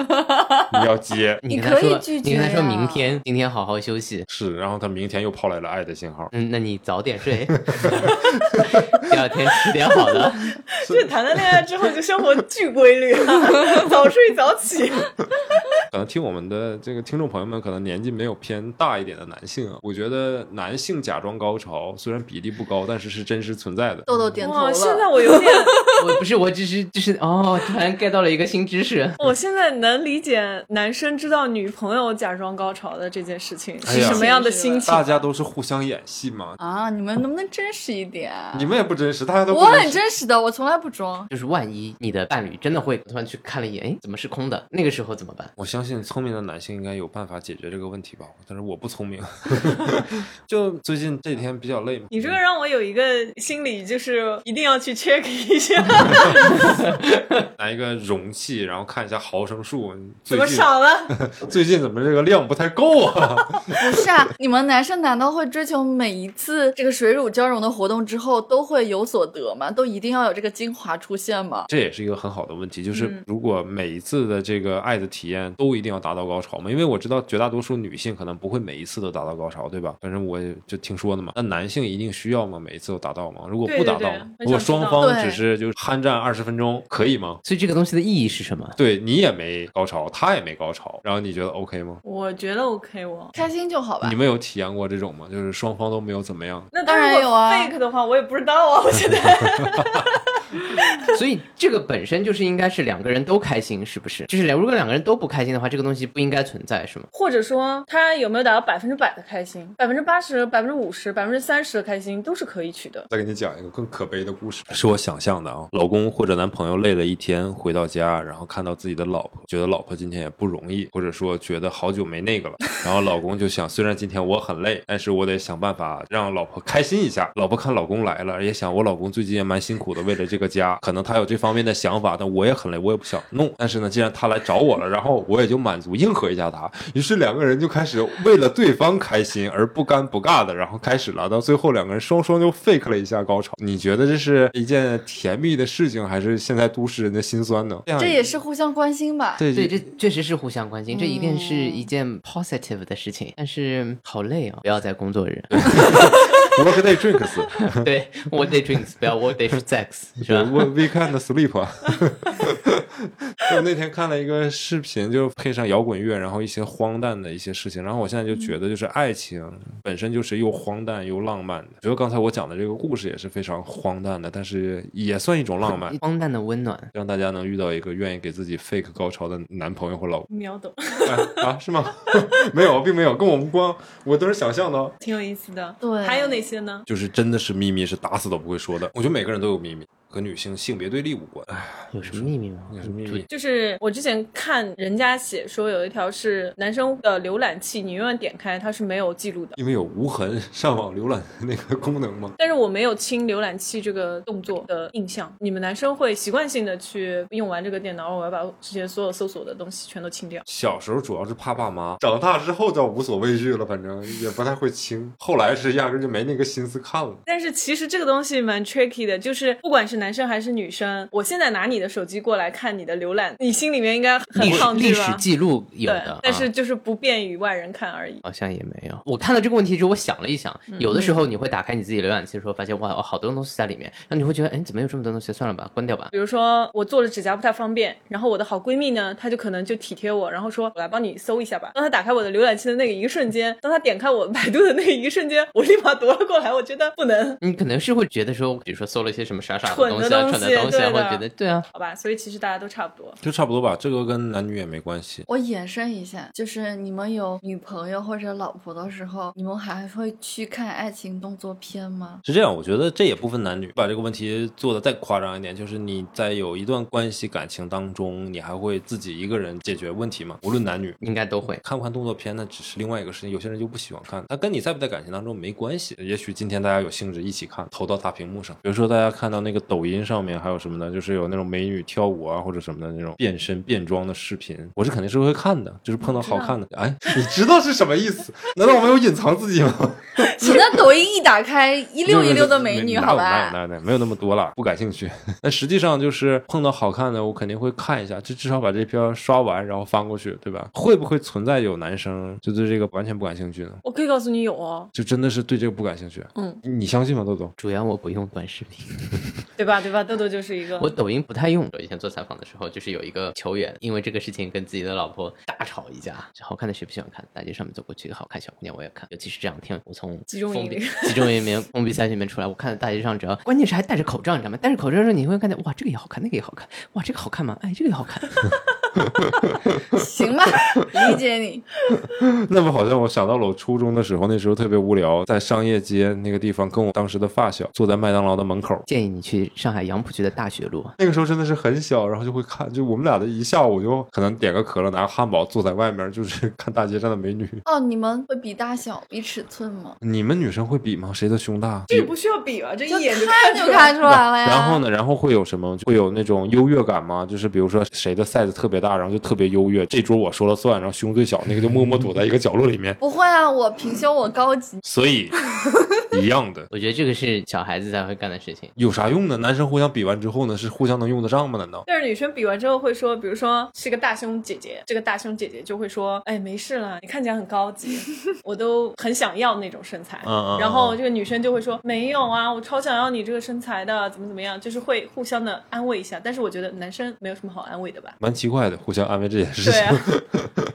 你要接
你
你
跟他
可以
说，
拒
你跟
绝
他
啊
说
呀
明天，今天好好休息。
是，然后他明天又抛来了爱的信号，
嗯，那你早点睡， 第二天吃点好的。
就是谈了恋爱之后，就生活巨规律、早睡早起。
可能听我们的这个听众朋友们，可能年纪没有偏大一点的男性啊，我觉得男性假装高潮虽然比例不高，但是是真实存在的。
豆豆点头
哇，
了。
现在我有点，
我不是，我只是就是哦，突然 get 到了一个新知识。
我现在能理解男生知道女朋友假装高潮的这件事情
哎
是
呀
什么样的心情。
大家都是互相演戏嘛，
啊，你们能不能真实一点？啊
你们也不真实，大家都不
我很
实
真实的，我从来不装。
就是万一你的伴侣真的会突然去看了一眼，哎，怎么是空的？那个时候怎么办？
我相信聪明的男性应该有办法解决这个问题吧，但是我不聪明。 就最近这几天比较累嘛，
你这个让我有一个心理，就是一定要去 check 一下，
拿一个容器，然后看一下毫升数，
怎
最
么
近
少了？
最近怎么这个量不太够啊？
不是啊，你们男生难道会追求每一次这个水乳交融的活动之后都会有所得吗？都一定要有这个精华出现吗？
这也是一个很好的问题，就是
嗯
如果每一次的这个爱的体验都一定要达到高潮嘛？因为我知道绝大多数女性可能不会每一次都达到高潮，对吧？反正我也就听说的嘛。那男性一定需要吗？每一次都达到吗？如果不
对对
达到
对
呢，
我
如果
想知道
双方
对
只是就是酣战二十分钟，可以吗？
所以这个东西的意义是什么？
对你也没高潮，他也没高潮，然后你觉得 OK 吗？
我觉得 OK 我。
开心就好吧
你。们有体验过这种吗？就是双方都没有怎么样，
那
当然
如果
有啊
fake 的话我也不知道啊，我现在
所以这个本身就是应该是两个人都开心，是不是？就是两如果两个人都不开心的话，这个东西不应该存在，是吗？
或者说他有没有达到百分之百的开心，百分之八十、百分之五十、百分之三十的开心都是可以取的。
再给你讲一个更可悲的故事，是我想象的啊。老公或者男朋友累了一天回到家，然后看到自己的老婆，觉得老婆今天也不容易，或者说觉得好久没那个了，然后老公就想，虽然今天我很累，但是我得想办法让老婆开心一下。老婆看老公来了，也想我老公最近也蛮辛苦的，为了这个家，可能他有这方面的想法，但我也很累，我也不想弄。但是呢，既然他来找我了，然后我也就满足应和一下他。于是两个人就开始为了对方开心而不尴不尬的，然后开始了。到最后两个人双双就 fake 了一下高潮。你觉得这是一件甜蜜的事情，还是现在都市人的心酸呢？
这也是互相关心吧。
嗯对
对，这确实是互相关心，这一定是
嗯
一件 positive 的事情。但是好累哦，不要在工 作日。
work day drinks，
对，work day drinks，不要 work day sex，是
对
吧？
，work weekend sleep。我那天看了一个视频，就配上摇滚乐，然后一些荒诞的一些事情，然后我现在就觉得，就是爱情本身就是又荒诞又浪漫的。觉得刚才我讲的这个故事也是非常荒诞的，但是也算一种浪漫。
荒诞的温暖，
让大家能遇到一个愿意给自己 fake 高潮的男朋友或 老公、
秒懂，
哎啊？是吗？ 没有，并没有，跟我无关。我都是想象的，哦
挺有意思的。
对
还有哪些呢？
就是真的是秘密，是打死都不会说的。我觉得每个人都有秘密，和女性性别对立无关。哎，
有什么秘密吗？
有什么秘密？
就是我之前看人家写说有一条是男生的浏览器，你永远点开它是没有记录的。
因为有无痕 上网浏览那个功能嘛。
但是我没有清浏览器这个动作的印象。你们男生会习惯性的去用完这个电脑，我要把之前所有搜索的东西全都清掉。
小时候主要是怕爸妈，长大之后倒无所畏惧了，反正也不太会清。后来是压根儿就没那个心思看了。
但是其实这个东西蛮 tricky 的，就是不管是男生还是女生，我现在拿你的手机过来看你的浏览，你心里面应该很
历史
抗
历
拒
史
吧？
记录有
对
的，啊，
但是就是不便于外人看而已。
好像也没有。我看到这个问题之后，我想了一想，
嗯
有的时候你会打开你自己浏览器的时候，发现哇，哦好多东西在里面，然后你会觉得，哎，怎么有这么多东西？算了吧，关掉吧。
比如说我做了指甲不太方便，然后我的好闺蜜呢，她就可能就体贴我，然后说我来帮你搜一下吧。当她打开我的浏览器的那个一瞬间，当她点开我百度的那一瞬间，我立马夺了过来，我觉得不能。
你可能是会觉得说，比如说搜了一些什么傻傻的
你
东
的
西啊、
东
穿的
西
东西啊，
对的
或者别的，对啊，
好吧，所以其实大家都差不多。
就差不多吧。这个跟男女也没关系。
我延伸一下，就是你们有女朋友或者老婆的时候，你们还会去看爱情动作片 吗？
是这样，我觉得这也不分男女。把这个问题做的再夸张一点，就是你在有一段关系感情当中，你还会自己一个人解决问题吗？无论男女。
应该都会。
看不看动作片那只是另外一个事情，有些人就不喜欢看，那跟你在不在感情当中没关系。也许今天大家有兴致一起看，投到大屏幕上。比如说大家看到那个抖音上面还有什么呢？就是有那种美女跳舞啊或者什么的那种变身变装的视频，我是肯定是会看的，就是碰到好看的，哎，
你知道是什么意思？难道我没有隐藏自己吗？
你那抖音一打开， 一溜一溜的美女，好
哪有
吧？
那那没有那么多了，不感兴趣。 那实际上就是碰到好看的，我肯定会看一下，就至少把这篇刷完，然后翻过去，对吧？会不会存在有男生就对这个完全不感兴趣呢？
我可以告诉你有哦，
就真的是对这个不感兴趣？
嗯
你，你相信吗，豆豆？
主要我不用短视频，
对吧？对吧？豆豆就是一个
我抖音不太用。我以前做采访的时候，就是有一个球员因为这个事情跟自己的老婆大吵一架，这好看的谁不喜欢看？大街上面走过去，好看小姑娘我也看。尤其是这两天，我从
集中营
封闭
里
集中营里面封闭赛区里面出来，我看大街上只要关键是还戴着口罩，你知道吗？戴着口罩的时候你会看见哇这个也好看，那个也好看，哇这个好看吗？哎这个也好看。
行吧， 理解你。
那么好像我想到了我初中的时候，那时候特别无聊，在商业街那个地方，跟我当时的发小坐在麦当劳的门口。
建议你去上海杨浦区的大学路，
那个时候真的是很小，然后就会看，就我们俩的一下午就可能点个可乐，拿个汉堡，坐在外面就是 看大街上的美女。
哦，你们会比大小、比尺寸吗？
你们女生会比吗？谁的胸大？
这个不需要比啊，这一眼
看
出
就
来
看出来了呀。
然后？呢？然后会有什么？会有那种优越感吗？就是比如说谁的 size 特别大，然后就特别优越，这桌我说了算，然后胸最小那个就默默躲在一个角落 里面。
不会啊，我平胸，我高级。
所以一样的，
我觉得这个是小孩子才会干的事情。
有啥用呢？男生互相比完之后呢，是互相能用得上吗？难道？
但是女生比完之后会说，比如说是个大胸姐姐，这个大胸姐姐就会说，哎，没事啦，你看起来很高 级，我都很想要那种身材。
嗯嗯嗯
然后这个女生就会说，没有啊，我超想要你这个身材的，怎么怎么样，就是会互相的安慰一下。但是我觉得男生没有什么好安慰的吧。
蛮奇怪的，互相安慰这件事
对
情。
啊，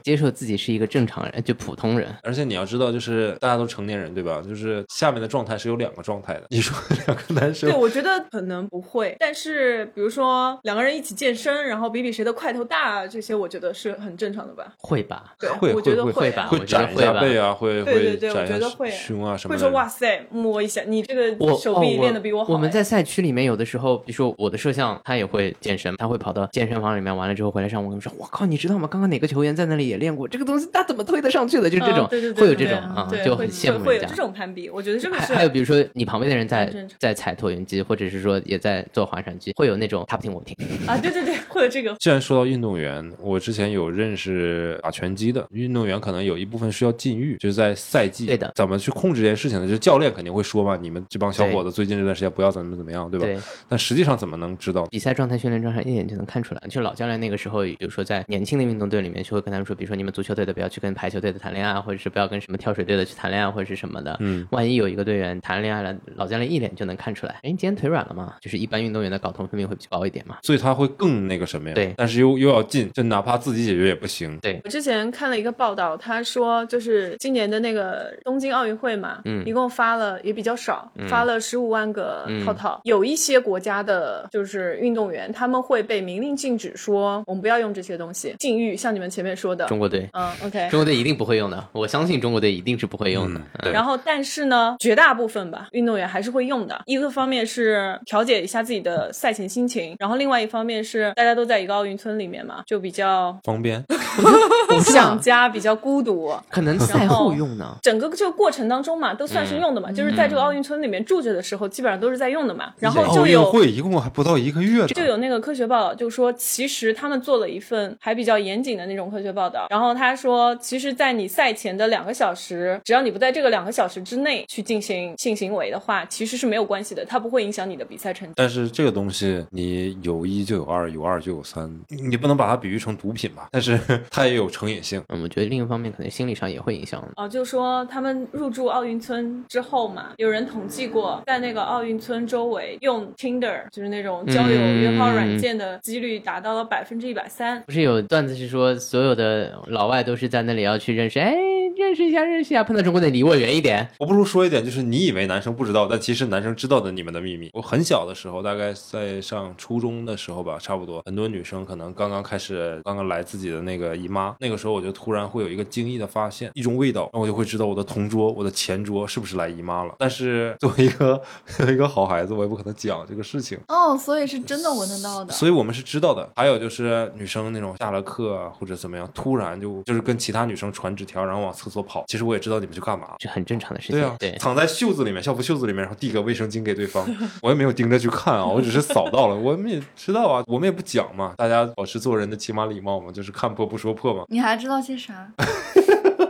接受自己是一个正常人，就普通人。
而且你要知道，就是大家都成年人，对吧？就是下面的状态是有两个状态的。你说两个男生
对，我觉得可能不会。但是比如说两个人一起健身，然后比比谁的块头大，这些我觉得是很正常的吧。
会吧？
对，
会
我觉得
会
会吧
会
我觉得
展一下
会吧
背啊，
对
会
对对，
会
我
展
觉
一
得
下
会
胸啊什么
会
的。
说哇塞，摸一下，你这个
我
手臂
哦
练的比我好哎。
我们在赛区里面有的时候，比如说我的摄像他也会健身，他会跑到健身房里面，完了之后回来上我跟我说，我靠，你知道吗？刚刚哪个球员在那里也练过这个东西，他怎么推得上去的？就
嗯
这种，
对对对
会有
对
这
对
种啊，
对
就
会
很羡慕
会
人
有
家
这。种攀比，我觉得这个
还
是
还有比如说，你旁边的人在
很正常
在踩椭圆机，或者是说也在做划船机，会有那种他不听我不听，
啊，对对对，会有这个。
既然说到运动员，我之前有认识打拳击的运动员，可能有一部分是要禁欲，就是在赛季，
对的
怎么去控制这件事情呢？就是教练肯定会说嘛，你们这帮小伙子最近这段时间不要怎么怎么样，对吧？
对，
但实际上怎么能知道？
比赛状态、训练状态一眼就能看出来。就老教练那个时候，比如说在年轻的运动队里面，就会跟他们说，比如说你们足球队的不要去跟排球队的谈恋爱啊，或者是不要跟什么跳水队的去谈恋爱，或者是什么的。
嗯，
万一有一个队员谈恋爱了，老教练一眼就能看出来，哎，你今天腿软了吗？就是一般运动员的睾酮分泌会比较高一点嘛。
所以他会更那个什么呀？
对
但是又又要进，就哪怕自己解决也不行。
对
我，之前看了一个报道，他说就是今年的那个东京奥运会嘛，
嗯
一共发了也比较少，发了十五万个
嗯
套套。有一些国家的就是运动员，他们会被明令禁止说，我们不要用这些东西，禁欲，像你们前面说的，
中国队，
嗯，OK，
中国队一定不会用的，我相信中国队一定是不会用的。嗯
然后，但是呢，绝大部分吧，运动员还是会用的。一个方面是调节一下自己的赛前心情，然后另外一方面是大家都在一个奥运村里面嘛，就比较
方便，
我知道
想家，比较孤独。
可能赛后用呢。
整个这个过程当中嘛，都
嗯
算是用的嘛，就是在这个奥运村里面住着的时候，基本上都是在用的嘛。然后
奥
就
运
有
会一共还不到一个月，
就有那个科学报道，就说其实他们做了一份还比较严谨的那种科学报道，然后他说，其实，在你赛前的两个小时，只要你不在这个两个小时之内去进行性行为的话，其实是没有关系的，它不会影响你的比赛成绩。
但是这个东西，你有一就有二，有二就有三，你不能把它比喻成毒品吧？但是 它也有成瘾性。
嗯，我觉得另一方面可能心理上也会影响。
哦，就说他们入驻奥运村之后嘛，有人统计过，在那个奥运村周围用 Tinder，就是那种交友
嗯
约炮软件的几率达到了百分之一百三。
不是有段子是说，所有的老外都是在那里要去认识，哎，认认识一下，认识一下。碰到中国的离我远一点。
我不如说一点，就是你以为男生不知道，但其实男生知道的你们的秘密。我很小的时候，大概在上初中的时候吧，差不多，很多女生可能刚刚开始，刚刚来自己的那个姨妈，那个时候我就突然会有一个惊异的发现，一种味道，那我就会知道我的同桌、我的前桌是不是来姨妈了。但是作为一个作为一个好孩子，我也不可能讲这个事情。
哦，所以是真的闻得到的。
所以我们是知道的。还有就是女生那种下了课啊或者怎么样，突然就就是跟其他女生传纸条，然后往厕所跑。其实我也知道你们去干嘛。
这很正常的事情。
对啊，藏在袖子里面，校服袖子里面，然后递个卫生巾给对方。 我也没有盯着去看啊，我只是扫到了，我们也知道啊，我们也不讲嘛，大家保持做人的起码礼貌嘛，就是看破不说破嘛。
你还知道些 啥？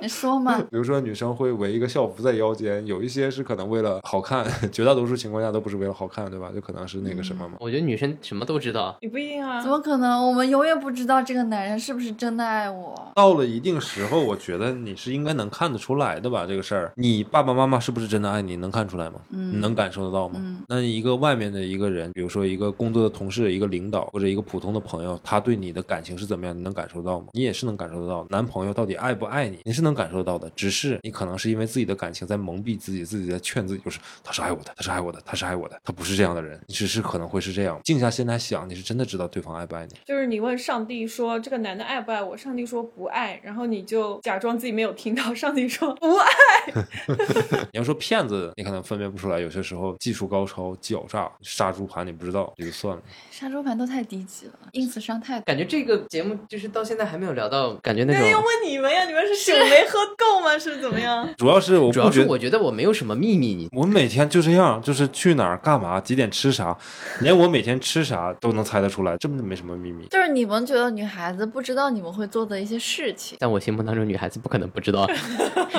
你说嘛？
比如说，女生会围一个校服在腰间，有一些是可能为了好看，绝大多数情况下都不是为了好看，对吧？就可能是那个什么嘛。
我觉得女生什么都知道，
也不一定啊
怎。么可能？我们永远不知道这个男人是不是真的爱我。
到了一定时候，我觉得你是应该能看得出来的吧，这个事儿，你爸爸妈妈是不是真的爱你，能看出来吗？你
嗯，
能感受得到吗？
嗯
那一个外面的一个人，比如说一个工作的同事、一个领导或者一个普通的朋友，他对你的感情是怎么样，你能感受到吗？你也是能感受得到，男朋友到底爱不爱你，你是能感受到的。只是你可能是因为自己的感情在蒙蔽自己，自己在劝自己，就是他是爱我的，他是爱我的，他是爱我的，他不是这样的人。你只是可能会是这样。静下心来想，你是真的知道对方爱不爱你。
就是你问上帝说这个男的爱不爱我，上帝说不爱，然后你就假装自己没有听到，上帝说不爱。
你要说骗子，你可能分辨不出来，有些时候技术高超、狡诈、杀猪盘，你不知道也就算了。
杀猪盘都太低级了，ins 上太多。
感觉这个节目就是到现在还没有聊到，感觉那
那要
种
问。你们呀，你们是酒没喝够吗？是怎么样？
主要是我
主要
不
是
觉得
我觉得我没有什么秘密，你
我每天就这样，就是去哪儿干嘛，几点吃啥， 连我每天吃啥都能猜得出来，这不没什么秘密。
就是你们觉得女孩子不知道你们会做的一些事情，
在我心目当中，女孩子不可能不知道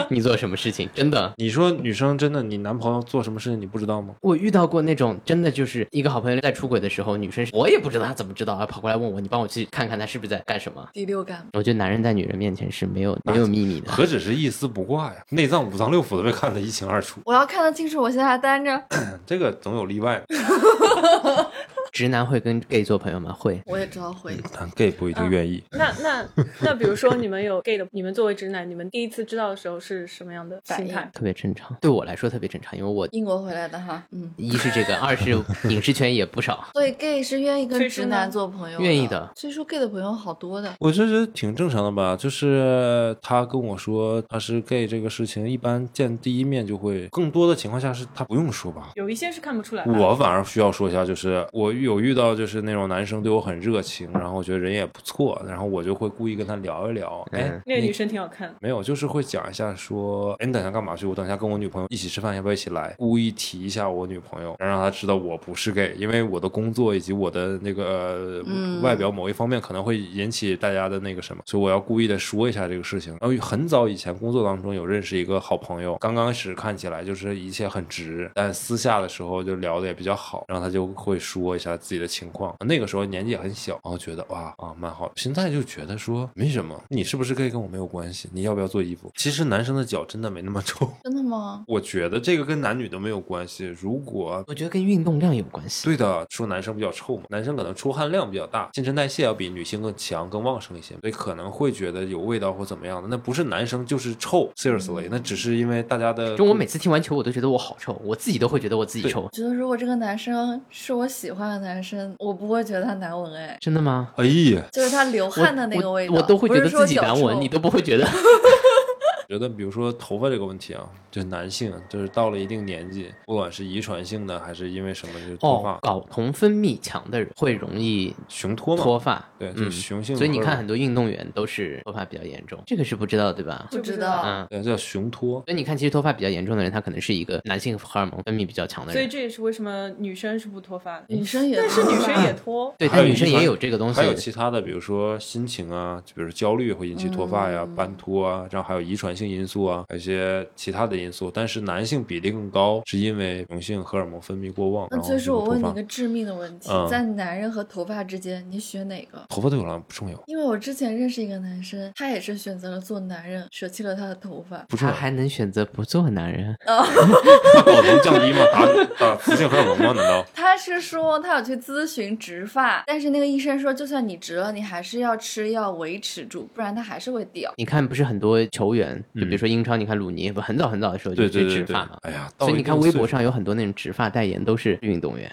你做什么事情，真的。
你说女生真的，你男朋友做什么事情你不知道吗？
我遇到过那种真的就是一个好朋友在出轨的时候，女生是我也不知道她怎么知道，啊，跑过来问我，你帮我去看看她是不是在干什么。
第六感。
我觉得男人在女人面前是没有没有秘密的。
何止是一丝不挂呀，内脏五脏六腑都被看得一清二楚。
我要看得清楚，我现在还单着，
这个总有例外，
直男会跟 gay 做朋友吗？会。
我也知道会。
嗯
但 gay 不一定愿意。
那那那，比如说你们有 gay 的，你们作为直男，你们第一次知道的时候是什么样的
反
心
应
态？
特别正常，对我来说特别正常，因为我
英国回来的哈，嗯，
一是这个，二是影视圈也不少，
所以 gay 是愿意跟
崔叔
直
呢
男做朋友，
愿意的。
所以说 gay 的朋友好多的，
我这是挺正常的吧，就是他跟我说他是 gay 这个事情，一般见第一面就会，更多的情况下是他不用说吧，
有一些是看不出来的。
我反而需要说一下，就是我有遇到就是那种男生对我很热情，然后我觉得人也不错，然后我就会故意跟他聊一聊，哎
嗯，
那个女生挺好看的，
没有，就是会讲一下说，哎，你等一下干嘛去？我等一下跟我女朋友一起吃饭，要不要一起来？故意提一下我女朋友，然后让她知道我不是 gay，因为我的工作以及我的那个、呃
嗯
外表某一方面可能会引起大家的那个什么，所以我要故意的说一下这个事情。然后很早以前工作当中有认识一个好朋友，刚刚开始看起来就是一切很直，但私下的时候就聊的也比较好，然后他就会说一下自己的情况。那个时候年纪也很小，然后觉得哇啊蛮好。现在就觉得说没什么，你是不是 gay 跟我没有关系，你要不要做衣服？其实男生的脚真的没那么臭，
真的吗？
我觉得这个跟男女都没有关系。如果
我觉得跟运动量有关系。
对的，说男生比较臭嘛，男生可能出汗量比较大，新陈代谢要比女性更强、更旺盛一些，所以可能会觉得有味道或怎么样的。那不是男生就是臭，seriously，那只
嗯
是因为大家的
就我每次听完球，我都觉得我好臭，我自己都会觉得我自己
对
臭
我。觉得如果这个男生是我喜欢的男生，我不会觉得他难闻哎，
真的吗？
哎呀，
就是他流汗的那个味道，
我，我都会
不
觉
是
得
说
自己
脚
难
臭
闻，你都不会 觉得。
觉得比如说头发这个问题啊，就是男性就是到了一定年纪，不管是遗传性的还是因为什么，就是脱
哦
发，
睾酮分泌强的人会容易
雄脱嘛，
脱发，
对就
嗯，
雄性
所以你
荷尔
看
蒙
很多运动员都是脱发比较严重，这个是不知道对吧？
不
就不
知
知
道
道。
嗯，
对，叫雄脱。
所以你看，其实脱发比较严重的人，他可能是一个男性荷尔蒙分泌比较强的
所以
人。
这也是为什么女生是不脱发的，
女生也
但是女生也
脱
脱。
对，
还
但
有
女
遗
生也
传
有这个东西
还。有其他的，比如说心情啊，就比如说焦虑会引起脱发呀、斑秃啊，然后还有遗传性因素啊，还有一些其他的因素。但是男性比例更高，是因为雄性荷尔蒙分泌过旺，
那
然后
所以
就
说我
脱
问你
发
一。个致命的问题，
嗯
在男人和头发之间，你选哪个？
头发对我来说不重要，
因为我之前认识一个男生，他也是选择了做男人，舍弃了他的头发。
不重
他
要。
还能选择不做男人，
嗯
那睾酮哦降低吗？打打雌性荷尔蒙吗？难道？
他是说他有去咨询植发，但是那个医生说，就算你植了，你还是要吃药维持住，不然它还是会掉。
你看不是很多球员就比如说英超，你看鲁尼不很早很早的时候
嗯
就
对
直
对
接
对
植
对
发嘛，，
哎呀，
所以你看微博
上。。
上有很多那种植发代言都是运动员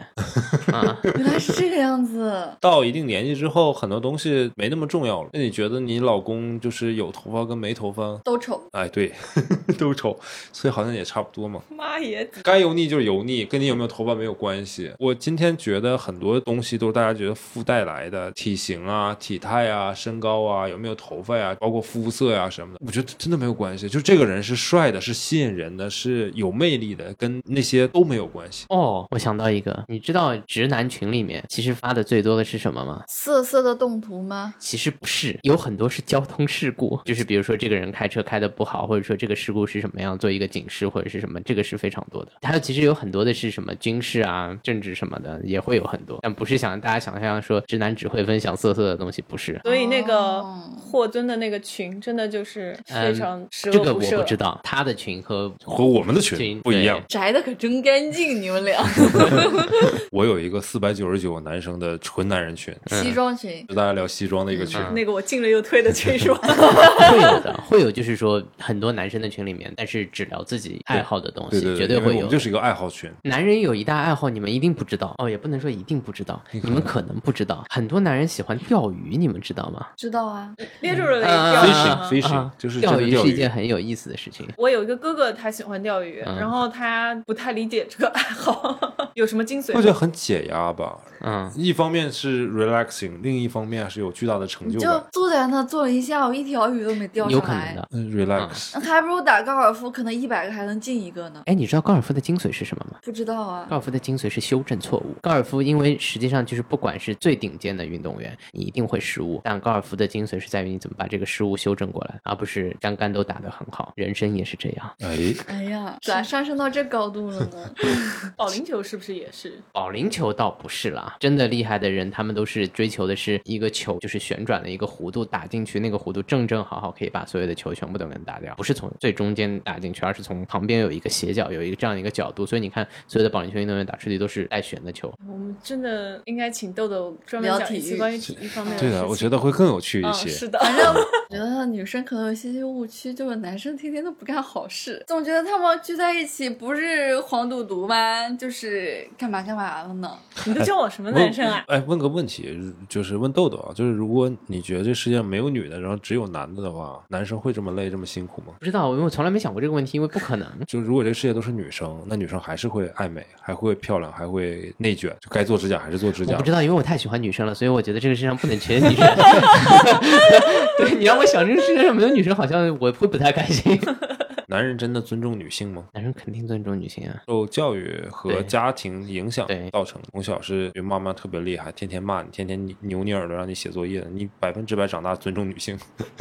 啊，
原来是这个样子
到一定年纪之后，很多东西没那么重要了。那你觉得你老公就是有头发跟没头发？
都丑，
哎，对， 都丑，所以好像也差不多嘛。
妈耶！
该油腻就是油腻，跟你有没有头发没有关系。我今天觉得很多东西都是大家觉得附带来的，体型啊、体态啊、身高啊、有没有头发呀、包括肤色呀、什么的，我觉得真的没有关系。就这个人是帅的，是吸引人的，是有魅力的，跟那些都没有关系。
哦，我想到一个，你知道直男群里面其实发的最多的是什么吗？
色色的动图吗？
其实不是，有很多是交通事故，就是比如说这个人开车开的不好，或者说这个事故是什么样，做一个警示或者是什么，这个是非常多的。还有其实有很多的是什么军事啊、政治什么的也会有很多，但不是想大家想象说直男只会分享色色的东西，不是。
所以那个
哦
霍尊的那个群真的就是非
嗯
常十
这个
恶
我
不赦。
不知道，他的群和
和我们的
群
群不一样
对。
宅的可真干净，你 们俩
我有一个四百九十九男生的纯男人群，
西装裙，
就大家聊西装
嗯
的一个群。
啊
那个我进了又退的群是吧？
会有的，会有就是说很多男生的群里面，但是只聊自己爱好的东西，
对对对，
绝对
因为
会
我
有
们
的
就。是一个嗯爱好群。
男人有一大爱好，你们一定不知道哦，也不能说一定不知道，你们可能不知道。很多男人喜欢钓鱼，你们知道吗？
知道啊？
列住了那
嗯
个标志吗
fishing，fishing
啊
就是真
钓
的
鱼
钓
是一
鱼
件很有意思的事情。
我有一个哥哥，他喜欢钓鱼，
嗯
然后他不太理解这个爱好， 有什么精髓
我
吗？
觉得很解压吧，
嗯，
一方面是 relaxing，另一方面是有巨大的成
你
就
就
感。
坐在那坐了一下午，一条鱼都没钓
有
上
可能
来，
的。
嗯，relax，
那还不如打高尔夫，可能一百个还能进一个呢。
哎，你知道高尔夫的精髓是什么吗？
不知道啊
哦
高，尔夫的精髓是修正错误。高尔夫因为实际上就是不管是最顶尖的运动员，你一定会失误，但高尔夫的精髓是在于你怎么把这个失误修正过来，而不是杆杆都打得很好。人生也是这样。
哎，
哎呀，咋上升到这高度了 呢？
保龄球是不是也是？
保龄球倒不是啦，真的厉害的人，他们都是追求的是一个球，就是旋转的一个弧度打进去，那个弧度正正好好，可以把所有的球全部都能打掉，不是从最中间打进去，而是从旁边有一个斜角，有一个这样一个角度。所以你看，所有的保龄球运动员打出去都是带旋的球。
我们真的应该请豆豆专门
聊
讲一
体
期
育
关于体育方面的
对的，我觉得会更有趣一
嗯，
些。
是的，
反正我觉得女生可能有一些误区，就是男生天天都不干好事，总觉得他们聚在一起不是黄赌毒吗？就是干嘛干嘛了呢？
你都叫我什么
问
男生啊？
哎，问个问题，就是问豆豆啊，就是如果你觉得这世界上没有女的，然后只有男的的话，男生会这么累、这么辛苦吗？
不知道，因为我从来没想过这个问题，因为不可能。
就如果这个世界都是女生，那女生还是会爱美，还会漂亮，还会内卷，就该做指甲还是做指
我
甲
不。知道，因为我太喜欢女生了，所以我觉得这个世界上不能缺女生。对，你让我想这个世界上没有女生，好像我会不太开心。
男人真的尊重女性吗？
男生肯定尊重女性啊。
受教育和
对
家庭影响
对
造成的。从小是就妈妈特别厉害，天天骂你，天天扭扭你耳朵让你写作业，你百分之百长大尊重女 性，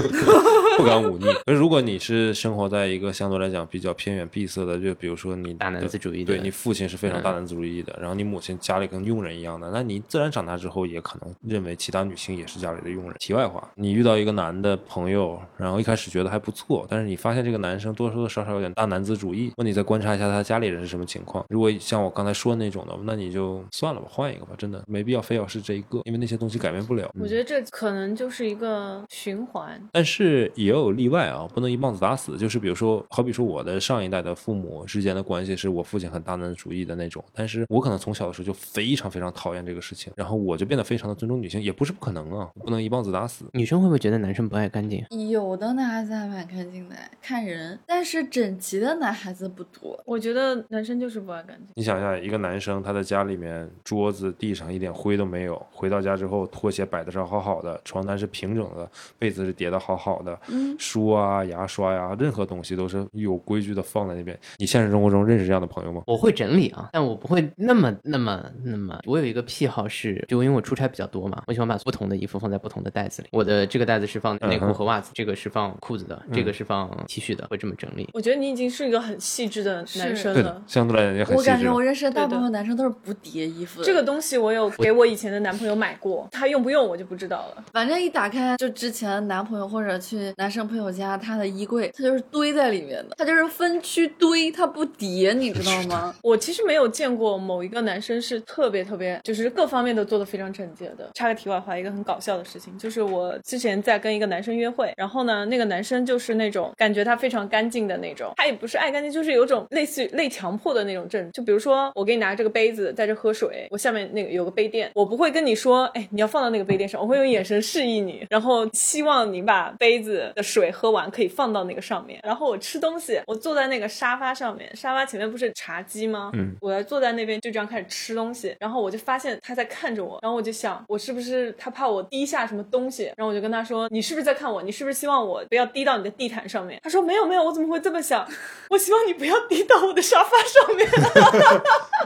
不敢忤逆。所以如果你是生活在一个相对来讲比较偏远闭塞的，就比如说你
大男子主义的
对你父亲是非常大男子主义的，然后你母亲家里跟佣人一样的，那你自然长大之后也可能认为其他女性也是家里的佣人。题外话，你遇到一个男的朋友，然后一开始觉得还不错，但是你发现这个男生多多少少有点大男子主义，那你再观察一下他家里人是什么情况。如果像我刚才说的那种的，那你就算了吧，换一个吧，真的没必要非要是这一个，因为那些东西改变不了。
我
嗯
觉得这可能就是一个循环，
但是也有例外啊，不能一棒子打死。就是比如说，好比说我的上一代的父母之间的关系，是我父亲很大男子主义的那种，但是我可能从小的时候就非常非常讨厌这个事情，然后我就变得非常的尊重女性，也不是不可能啊，不能一棒子打死。
女生会不会觉得男生不爱干净？
有的男孩子还蛮干净的，看人，但是整齐的男孩子不多。
我觉得男生就是不爱干净。
你想一下，一个男生他在家里面桌子地上一点灰都没有，回到家之后拖鞋摆的上好好的，床单是平整的，被子是叠的好好的，
嗯，
书啊、牙刷呀、任何东西都是有规矩的放在那边。你现实生活中认识这样的朋
嗯
友吗？
我会整理啊，但我不会那么、那么、那么。我有一个癖好是，就因为我出差比较多嘛，我喜欢把不同的衣服放在不同的袋子里。我的这个袋子是放
嗯
内裤
哼嗯
和袜子，这个是放裤子的，这个是放 T 恤的，会这么整力。
我觉得你已经是一个很细致的男生
对
了
的，。相对来讲也很
我
细
感
致
觉。我认识的大
对的
部分男生都是不叠衣服的，
这个东西我有给我以前的男朋友买过，他用不用我就不知道了。
反正一打开就之前男朋友或者去男生朋友家，他的衣柜他就是堆在里面的，他就是分区堆，他不叠，你知道吗？
我其实没有见过某一个男生是特别特别，就是各方面都做得非常整洁的。插个题外话，一个很搞笑的事情，就是我之前在跟一个男生约会，然后呢，那个男生就是那种感觉他非常干净的那种，他也不是爱干净，就是有种类似于类强迫的那种症。就比如说，我给你拿这个杯子在这喝水，我下面那个有个杯垫，我不会跟你说，哎，你要放到那个杯垫上，我会用眼神示意你，然后希望你把杯子的水喝完可以放到那个上面。然后我吃东西，我坐在那个沙发上面，沙发前面不是茶几吗？
嗯，
我要坐在那边就这样开始吃东西，然后我就发现他在看着我，然后我就想，我是不是他怕我滴下什么东西？然后我就跟他说，你是不是在看我？你是不是希望我不要滴到你的地毯上面？他说没有没有，我怎么会这么想？我希望你不要滴到我的沙发上面。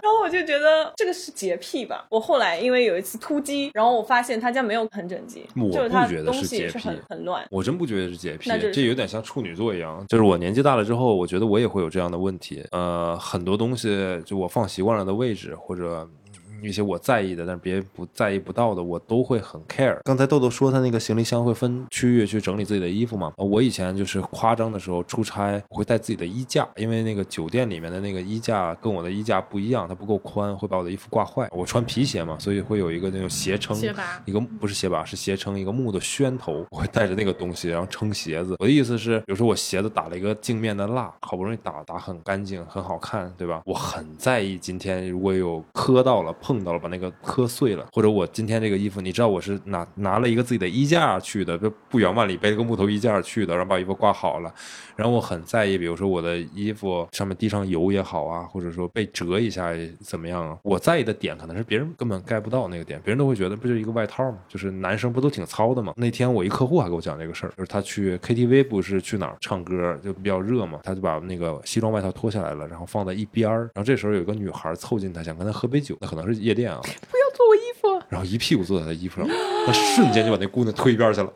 然后我就觉得这个是洁癖吧。我后来因为有一次突击，然后我发现他家没有很整洁，
我
就是他
不觉得
东
是
西
洁
是
癖
很很乱。
我真不觉得是洁癖
那就，是
这有点像处女座一样。就是我年纪大了之后，我觉得我也会有这样的问题。呃，很多东西就我放习惯了的位置，或者嗯一些我在意的，但是别人不在意不到的，我都会很 care。刚才豆豆说他那个行李箱会分区域去整理自己的衣服嘛，呃我以前就是夸张的时候出差我会带自己的衣架，因为那个酒店里面的那个衣架跟我的衣架不一样，它不够宽，会把我的衣服挂坏。我穿皮鞋嘛，所以会有一个那种鞋撑，
鞋拔
一个不是鞋拔，是鞋撑，一个木的楦头， 我会带着那个东西，然后撑鞋子。我的意思是，比如说我鞋子打了一个镜面的蜡，好不容易打打很干净，很好看，对吧？我很在意今天如果有磕到了、碰到了，把那个磕碎了，或者我今天这个衣服，你知道我是拿拿了一个自己的衣架去的，不不远万里背了个木头衣架去的，然后把衣服挂好了，然后我很在意，比如说我的衣服上面滴上油也好啊，或者说被折一下怎么样啊？我在意的点可能是别人根本 get 不到那个点，别人都会觉得不就是一个外套吗？就是男生不都挺糙的吗？那天我一客户还给我讲这个事儿，就是他去 KTV 不是去哪儿唱歌就比较热嘛，他就把那个西装外套脱下来了，然后放在一边儿，然后这时候有一个女孩凑近他想跟他喝杯酒，那可能是夜店啊，
不要做我衣服，
然后一屁股坐在他衣服上， 他瞬间就把那姑娘推一边儿去了。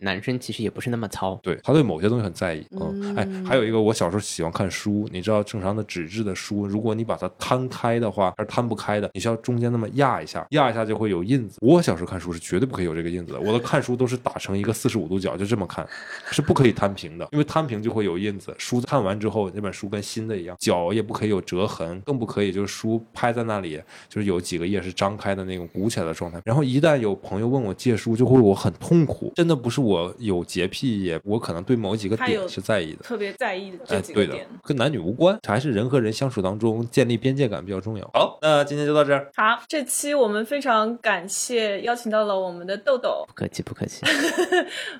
男生其实也不是那么糙，
对，他对某些东西很在意。嗯，哎，还有一个，我小时候喜欢看书，你知道正常的纸质的书，如果你把它摊开的话，它是摊不开的，你需要中间那么压一下，压一下就会有印子。我小时候看书是绝对不可以有这个印子的，我的看书都是打成一个四十五度角，就这么看，是不可以摊平的，因为摊平就会有印子。书看完之后，那本书跟新的一样，角也不可以有折痕，更不可以就是书拍在那里，就是有几个页是张开的那种鼓起来的状态。然后一旦有朋友问我借书，就会我很痛苦，真的不是我有洁癖，也我可能对某几个
他有
点是在意的。
特别在意这
哎，
几个
对的
点。，
跟男女无关，还是人和人相处当中建立边界感比较重要。好，那今天就到这儿。
好，这期我们非常感谢邀请到了我们的豆豆，
不客气不客气。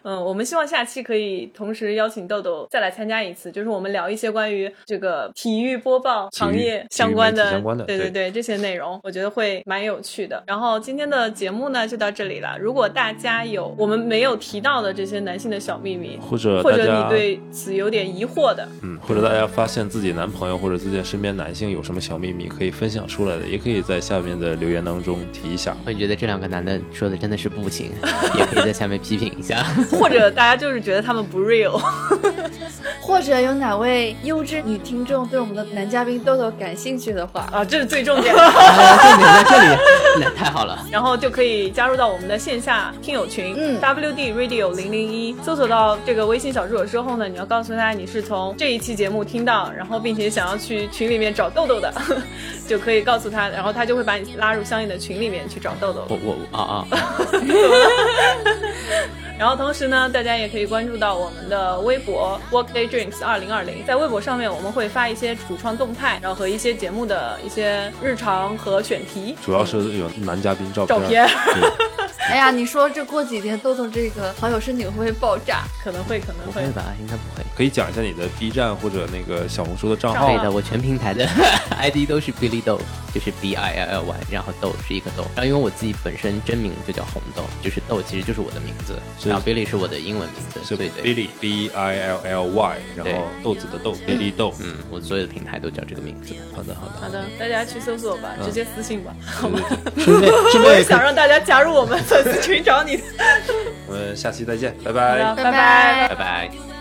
嗯，我们希望下期可以同时邀请豆豆再来参加一次，就是我们聊一些关于这个体育播报
体育
行业
体育媒
关
体
的，
相关的
对
对
对，这些内容我觉得会蛮有趣的。然后今天的节目呢就到这里了，如果大家有我们没有提到的这些男性的小秘密，
或者
或
大
者
家
你对此有点疑惑的，
嗯，或者大家发现自己男朋友或者自己身边男性有什么小秘密可以分享出来的，也可以在下面的留言当中提一下。
我也觉得这两个男的说的真的是不行，也可以在下面批评一下。
或者大家就是觉得他们不 real，
或者有哪位优质女听众对我们的男嘉宾豆豆感兴趣的话，
啊，这是最重点的。
啊，重点在这里，那太好了。
然后就可以加入到我们的线下听友群，
嗯
，WD Radio 零零一，搜索到这个微信小助手之后呢，你要告诉他你是从这一期节目听到，然后并且想要去群里面找豆豆的， 就可以告诉他，然后他就会把你拉入相应的群里面去找豆豆
我。我我啊啊，
然后同时呢，大家也可以关注到我们的微博 Workday Drinks 二零二零，在微博上面我们会发一些主创动态，然后和一些节目的一些日常和选题
主要是有男嘉宾照
照
片，
片，
哎呀，你说这过几天豆豆这个好友申请会不会爆炸？
可能会可能
不
会
会。吧？应该不会。
可以讲一下你的 B 站或者那个小红书的账
账
号
对
号。
的，我全平台的 ID 都是 Billy 豆，就是 B I L L Y，然后豆是一个豆。然后因为我自己本身真名就叫红豆，就是豆其实就是我的名字，
是
然后 Billy 是我的英文名字，
是
所以对，
Billy B I L L Y，然后豆子的豆，Billy 豆。
嗯，我所有的平台都叫这个名字。
好的，好的。
好的，大家去搜索吧，直接私信吧。
对对对，顺便
我也
顺便也可以
想，让大家加入我们粉丝群找你。
我们下期再见，拜
好
拜
的，。拜
拜拜
拜拜。
you